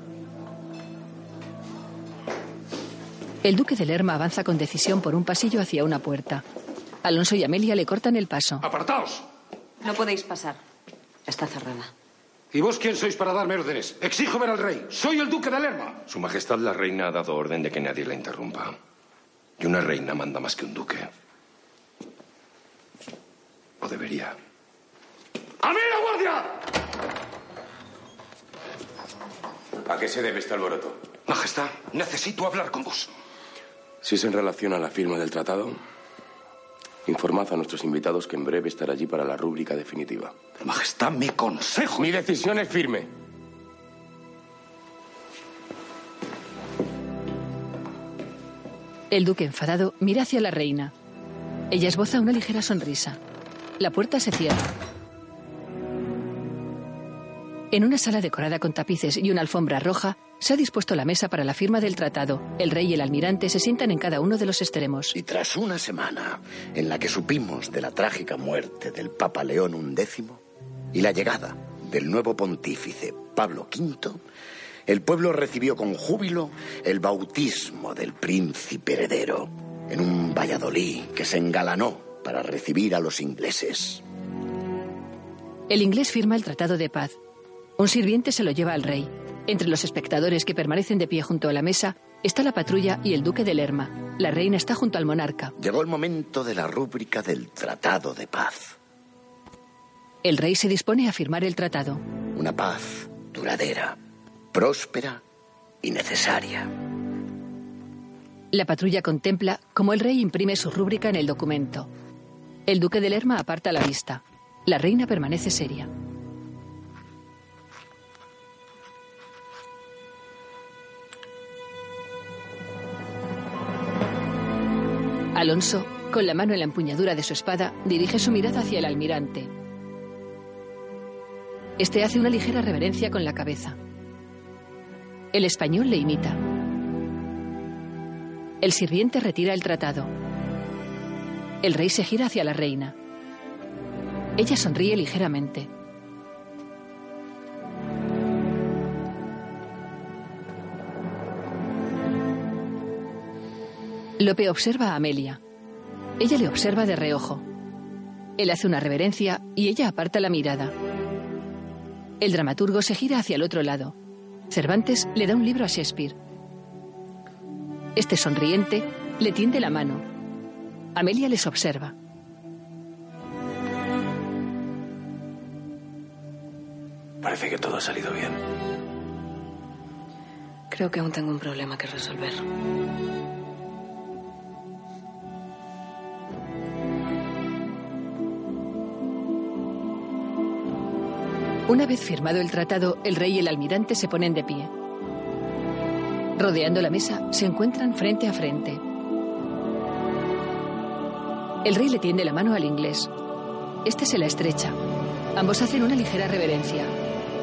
Speaker 2: El duque de Lerma avanza con decisión por un pasillo hacia una puerta. Alonso y Amelia le cortan el paso.
Speaker 8: ¡Apartaos!
Speaker 45: No podéis pasar. Está cerrada.
Speaker 8: ¿Y vos quién sois para darme órdenes? Exijo ver al rey. Soy el duque de Lerma.
Speaker 11: Su Majestad la Reina ha dado orden de que nadie la interrumpa. Y una reina manda más que un duque. O debería.
Speaker 8: ¡A mí la guardia!
Speaker 30: ¿A qué se debe este alboroto?
Speaker 8: Majestad, necesito hablar con vos.
Speaker 11: Si es en relación a la firma del tratado, informad a nuestros invitados que en breve estará allí para la rúbrica definitiva.
Speaker 8: Pero Majestad, mi consejo.
Speaker 11: Mi decisión es firme.
Speaker 2: El duque, enfadado, mira hacia la reina. Ella esboza una ligera sonrisa. La puerta se cierra. En una sala decorada con tapices y una alfombra roja, se ha dispuesto la mesa para la firma del tratado. El rey y el almirante se sientan en cada uno de los extremos.
Speaker 4: Y tras una semana en la que supimos de la trágica muerte del Papa León X y la llegada del nuevo pontífice Pablo V, el pueblo recibió con júbilo el bautismo del príncipe heredero en un Valladolid que se engalanó para recibir a los ingleses.
Speaker 2: El inglés firma el tratado de paz. Un sirviente se lo lleva al rey. Entre los espectadores que permanecen de pie junto a la mesa está la patrulla y el duque de Lerma. La reina está junto al monarca.
Speaker 4: Llegó el momento de la rúbrica del Tratado de Paz.
Speaker 2: El rey se dispone a firmar el tratado.
Speaker 4: Una paz duradera, próspera y necesaria.
Speaker 2: La patrulla contempla cómo el rey imprime su rúbrica en el documento. El duque de Lerma aparta la vista. La reina permanece seria. Alonso, con la mano en la empuñadura de su espada, dirige su mirada hacia el almirante. Este hace una ligera reverencia con la cabeza. El español le imita. El sirviente retira el tratado. El rey se gira hacia la reina. Ella sonríe ligeramente. Lope observa a Amelia. Ella le observa de reojo. Él hace una reverencia y ella aparta la mirada. El dramaturgo se gira hacia el otro lado. Cervantes le da un libro a Shakespeare. Este sonriente le tiende la mano. Amelia les observa.
Speaker 11: Parece que todo ha salido bien.
Speaker 45: Creo que aún tengo un problema que resolver.
Speaker 2: Una vez firmado el tratado, el rey y el almirante se ponen de pie. Rodeando la mesa, se encuentran frente a frente. El rey le tiende la mano al inglés. Este se la estrecha. Ambos hacen una ligera reverencia.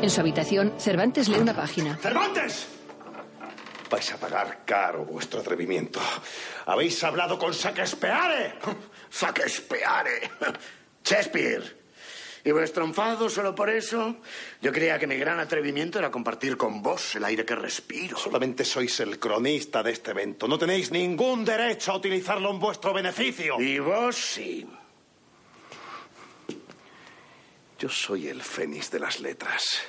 Speaker 2: En su habitación, Cervantes lee una página.
Speaker 46: ¡Cervantes!
Speaker 5: Vais a pagar caro vuestro atrevimiento. Habéis hablado con Saquespeare.
Speaker 4: Saquespeare. Shakespeare. Y vuestro enfado solo por eso. Yo creía que mi gran atrevimiento era compartir con vos el aire que respiro.
Speaker 5: Solamente sois el cronista de este evento. No tenéis ningún derecho a utilizarlo en vuestro beneficio.
Speaker 4: Y vos sí.
Speaker 5: Yo soy el fénix de las letras.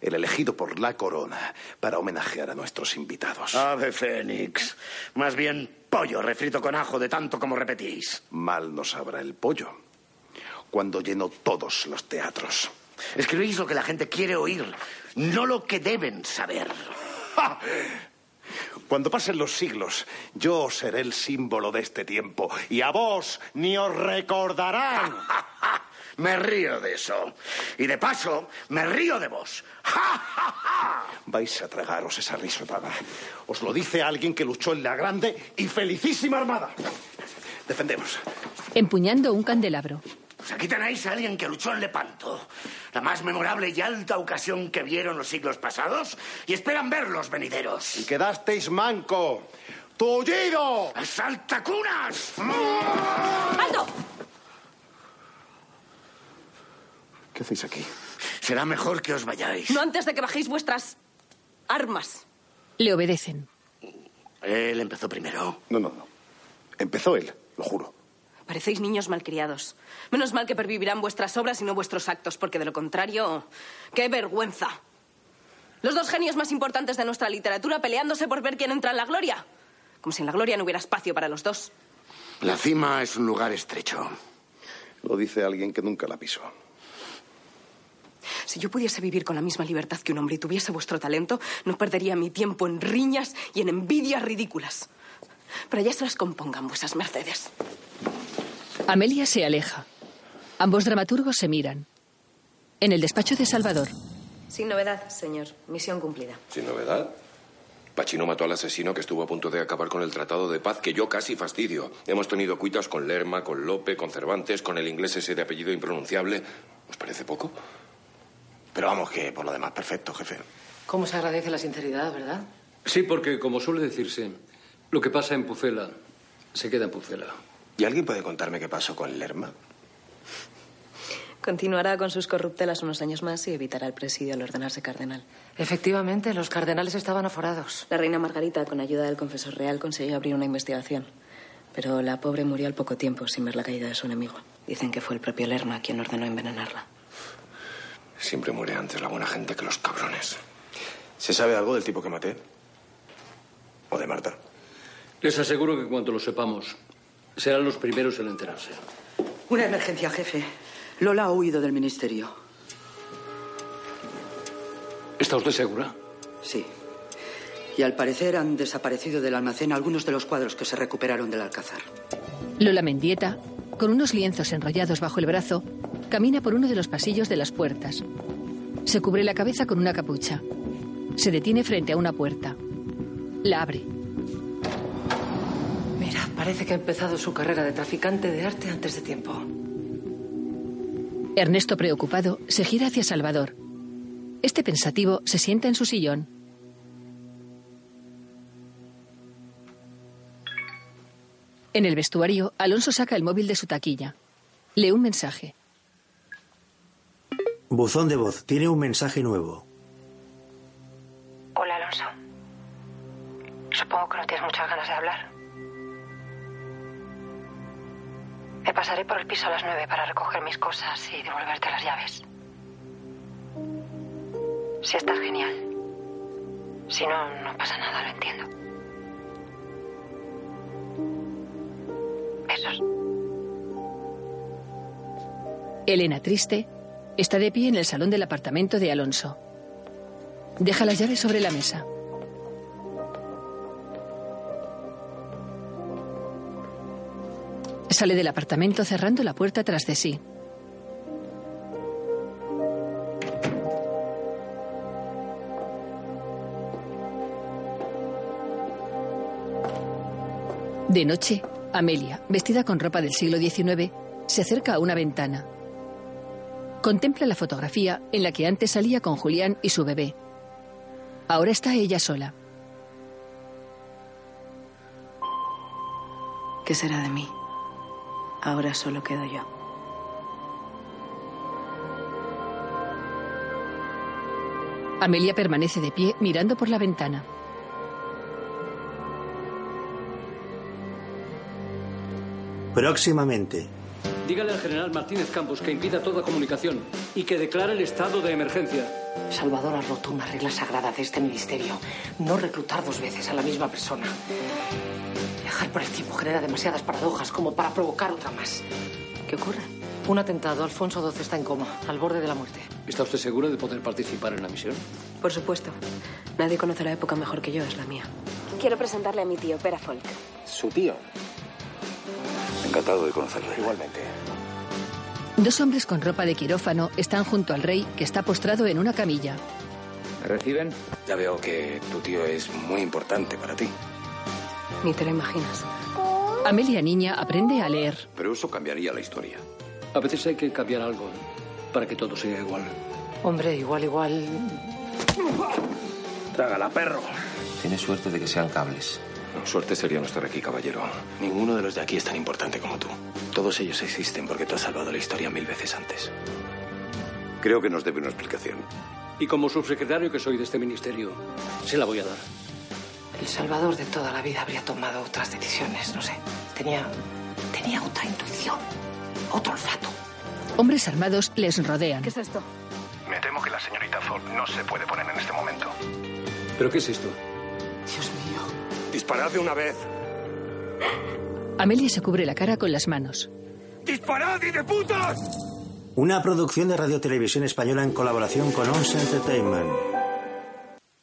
Speaker 5: El elegido por la corona para homenajear a nuestros invitados.
Speaker 4: Ave Ah, Fénix. Más bien pollo refrito con ajo de tanto como repetís.
Speaker 5: Mal nos sabrá el pollo cuando llenó todos los teatros.
Speaker 4: Escribís lo que la gente quiere oír, no lo que deben saber.
Speaker 5: ¡Ja! Cuando pasen los siglos, yo seré el símbolo de este tiempo y a vos ni os recordarán.
Speaker 4: Me río de eso. Y de paso, me río de vos. ¡Ja, ja, ja!
Speaker 5: Vais a tragaros esa risotada. Os lo dice alguien que luchó en la grande y felicísima armada. Defendemos.
Speaker 2: Empuñando un candelabro.
Speaker 4: Pues aquí tenéis a alguien que luchó en Lepanto, la más memorable y alta ocasión que vieron los siglos pasados, y esperan ver los venideros.
Speaker 5: Y quedasteis manco. ¡Tullido!
Speaker 4: ¡Saltacunas!
Speaker 47: ¡Alto!
Speaker 5: ¿Qué hacéis aquí?
Speaker 4: Será mejor que os vayáis.
Speaker 47: No antes de que bajéis vuestras armas.
Speaker 2: Le obedecen.
Speaker 4: Él empezó primero.
Speaker 5: No, no, no. Empezó él, lo juro.
Speaker 3: Parecéis niños malcriados. Menos mal que pervivirán vuestras obras y no vuestros actos, porque de lo contrario, qué vergüenza. Los dos genios más importantes de nuestra literatura peleándose por ver quién entra en la gloria. Como si en la gloria no hubiera espacio para los dos.
Speaker 4: La cima es un lugar estrecho.
Speaker 5: Lo dice alguien que nunca la pisó.
Speaker 3: Si yo pudiese vivir con la misma libertad que un hombre y tuviese vuestro talento, no perdería mi tiempo en riñas y en envidias ridículas. Pero ya se las compongan vuestras mercedes.
Speaker 2: Amelia se aleja. Ambos dramaturgos se miran. En el despacho de Salvador.
Speaker 3: Sin novedad, señor. Misión cumplida.
Speaker 8: Sin novedad. Pachino mató al asesino que estuvo a punto de acabar con el tratado de paz que yo casi fastidio. Hemos tenido cuitas con Lerma, con Lope, con Cervantes, con el inglés ese de apellido impronunciable. ¿Os parece poco?
Speaker 12: Pero vamos, que por lo demás, perfecto, jefe.
Speaker 28: ¿Cómo se agradece la sinceridad, verdad?
Speaker 13: Sí, porque como suele decirse, lo que pasa en Pucela se queda en Pucela.
Speaker 12: ¿Y alguien puede contarme qué pasó con Lerma?
Speaker 3: Continuará con sus corruptelas unos años más y evitará el presidio al ordenarse cardenal.
Speaker 28: Efectivamente, los cardenales estaban aforados.
Speaker 3: La reina Margarita, con ayuda del confesor real, consiguió abrir una investigación. Pero la pobre murió al poco tiempo sin ver la caída de su enemigo. Dicen que fue el propio Lerma quien ordenó envenenarla.
Speaker 8: Siempre muere antes la buena gente que los cabrones.
Speaker 12: ¿Se sabe algo del tipo que maté? ¿O de Marta?
Speaker 13: Les aseguro que cuanto lo sepamos, Serán los primeros en enterarse.
Speaker 26: Una emergencia, jefe. Lola ha huido del ministerio.
Speaker 13: ¿Está usted segura?
Speaker 26: Sí. Y al parecer han desaparecido del almacén algunos de los cuadros que se recuperaron del alcázar.
Speaker 2: Lola Mendieta, con unos lienzos enrollados bajo el brazo, camina por uno de los pasillos de las puertas. Se cubre la cabeza con una capucha. Se detiene frente a una puerta. La abre.
Speaker 28: Mira, parece que ha empezado su carrera de traficante de arte antes de tiempo.
Speaker 2: Ernesto, preocupado, se gira hacia Salvador. Este pensativo se sienta en su sillón. En el vestuario, Alonso saca el móvil de su taquilla. Lee un mensaje.
Speaker 1: Buzón de voz. Tiene un mensaje nuevo.
Speaker 9: Hola, Alonso. Supongo que no tienes muchas ganas de hablar. Me pasaré por el piso a las nueve para recoger mis cosas y devolverte las llaves. Si estás genial. Si no, no pasa nada, lo entiendo. Besos.
Speaker 2: Elena, triste, está de pie en el salón del apartamento de Alonso. Deja las llaves sobre la mesa. Sale del apartamento cerrando la puerta tras de sí. De noche, Amelia, vestida con ropa del siglo XIX, se acerca a una ventana. Contempla la fotografía en la que antes salía con Julián y su bebé. Ahora está ella sola.
Speaker 3: ¿Qué será de mí? Ahora solo quedo yo.
Speaker 2: Amelia permanece de pie mirando por la ventana.
Speaker 1: Próximamente,
Speaker 13: Dígale al general Martínez Campos que impida toda comunicación y que declare el estado de emergencia.
Speaker 28: Salvador ha roto una regla sagrada de este ministerio. No reclutar dos veces a la misma persona. Viajar por el tiempo genera demasiadas paradojas como para provocar otra más.
Speaker 48: ¿Qué ocurre?
Speaker 28: Un atentado. Alfonso XII está en coma, al borde de la muerte.
Speaker 13: ¿Está usted segura de poder participar en la misión?
Speaker 18: Por supuesto. Nadie conoce la época mejor que yo, es la mía. Quiero presentarle a mi tío, Pera Folk.
Speaker 49: Su tío.
Speaker 12: Encantado de conocerle.
Speaker 49: Igualmente.
Speaker 2: Dos hombres con ropa de quirófano están junto al rey que está postrado en una camilla.
Speaker 12: ¿Me reciben? Ya veo que tu tío es muy importante para ti.
Speaker 18: Ni te lo imaginas.
Speaker 2: Amelia niña aprende a leer.
Speaker 12: Pero eso cambiaría la historia.
Speaker 13: A veces hay que cambiar algo para que todo siga igual.
Speaker 28: Hombre, igual, igual.
Speaker 8: Trágala, perro.
Speaker 12: Tienes suerte de que sean cables. suerte sería no estar aquí, caballero. Ninguno de los de aquí es tan importante como tú. Todos ellos existen porque tú has salvado la historia mil veces antes. Creo que nos debe una explicación.
Speaker 13: Y como subsecretario que soy de este ministerio, se la voy a dar.
Speaker 28: El Salvador de toda la vida habría tomado otras decisiones, no sé. Tenía. tenía otra intuición, otro olfato.
Speaker 2: Hombres armados les rodean.
Speaker 18: ¿Qué es esto?
Speaker 12: Me temo que la señorita Ford no se puede poner en este momento.
Speaker 13: ¿Pero qué es esto?
Speaker 28: Dios mío.
Speaker 8: Disparad de una vez.
Speaker 2: Amelia se cubre la cara con las manos.
Speaker 8: ¡Disparad y de putas!
Speaker 1: una producción de Radio Televisión Española en colaboración con Once Entertainment.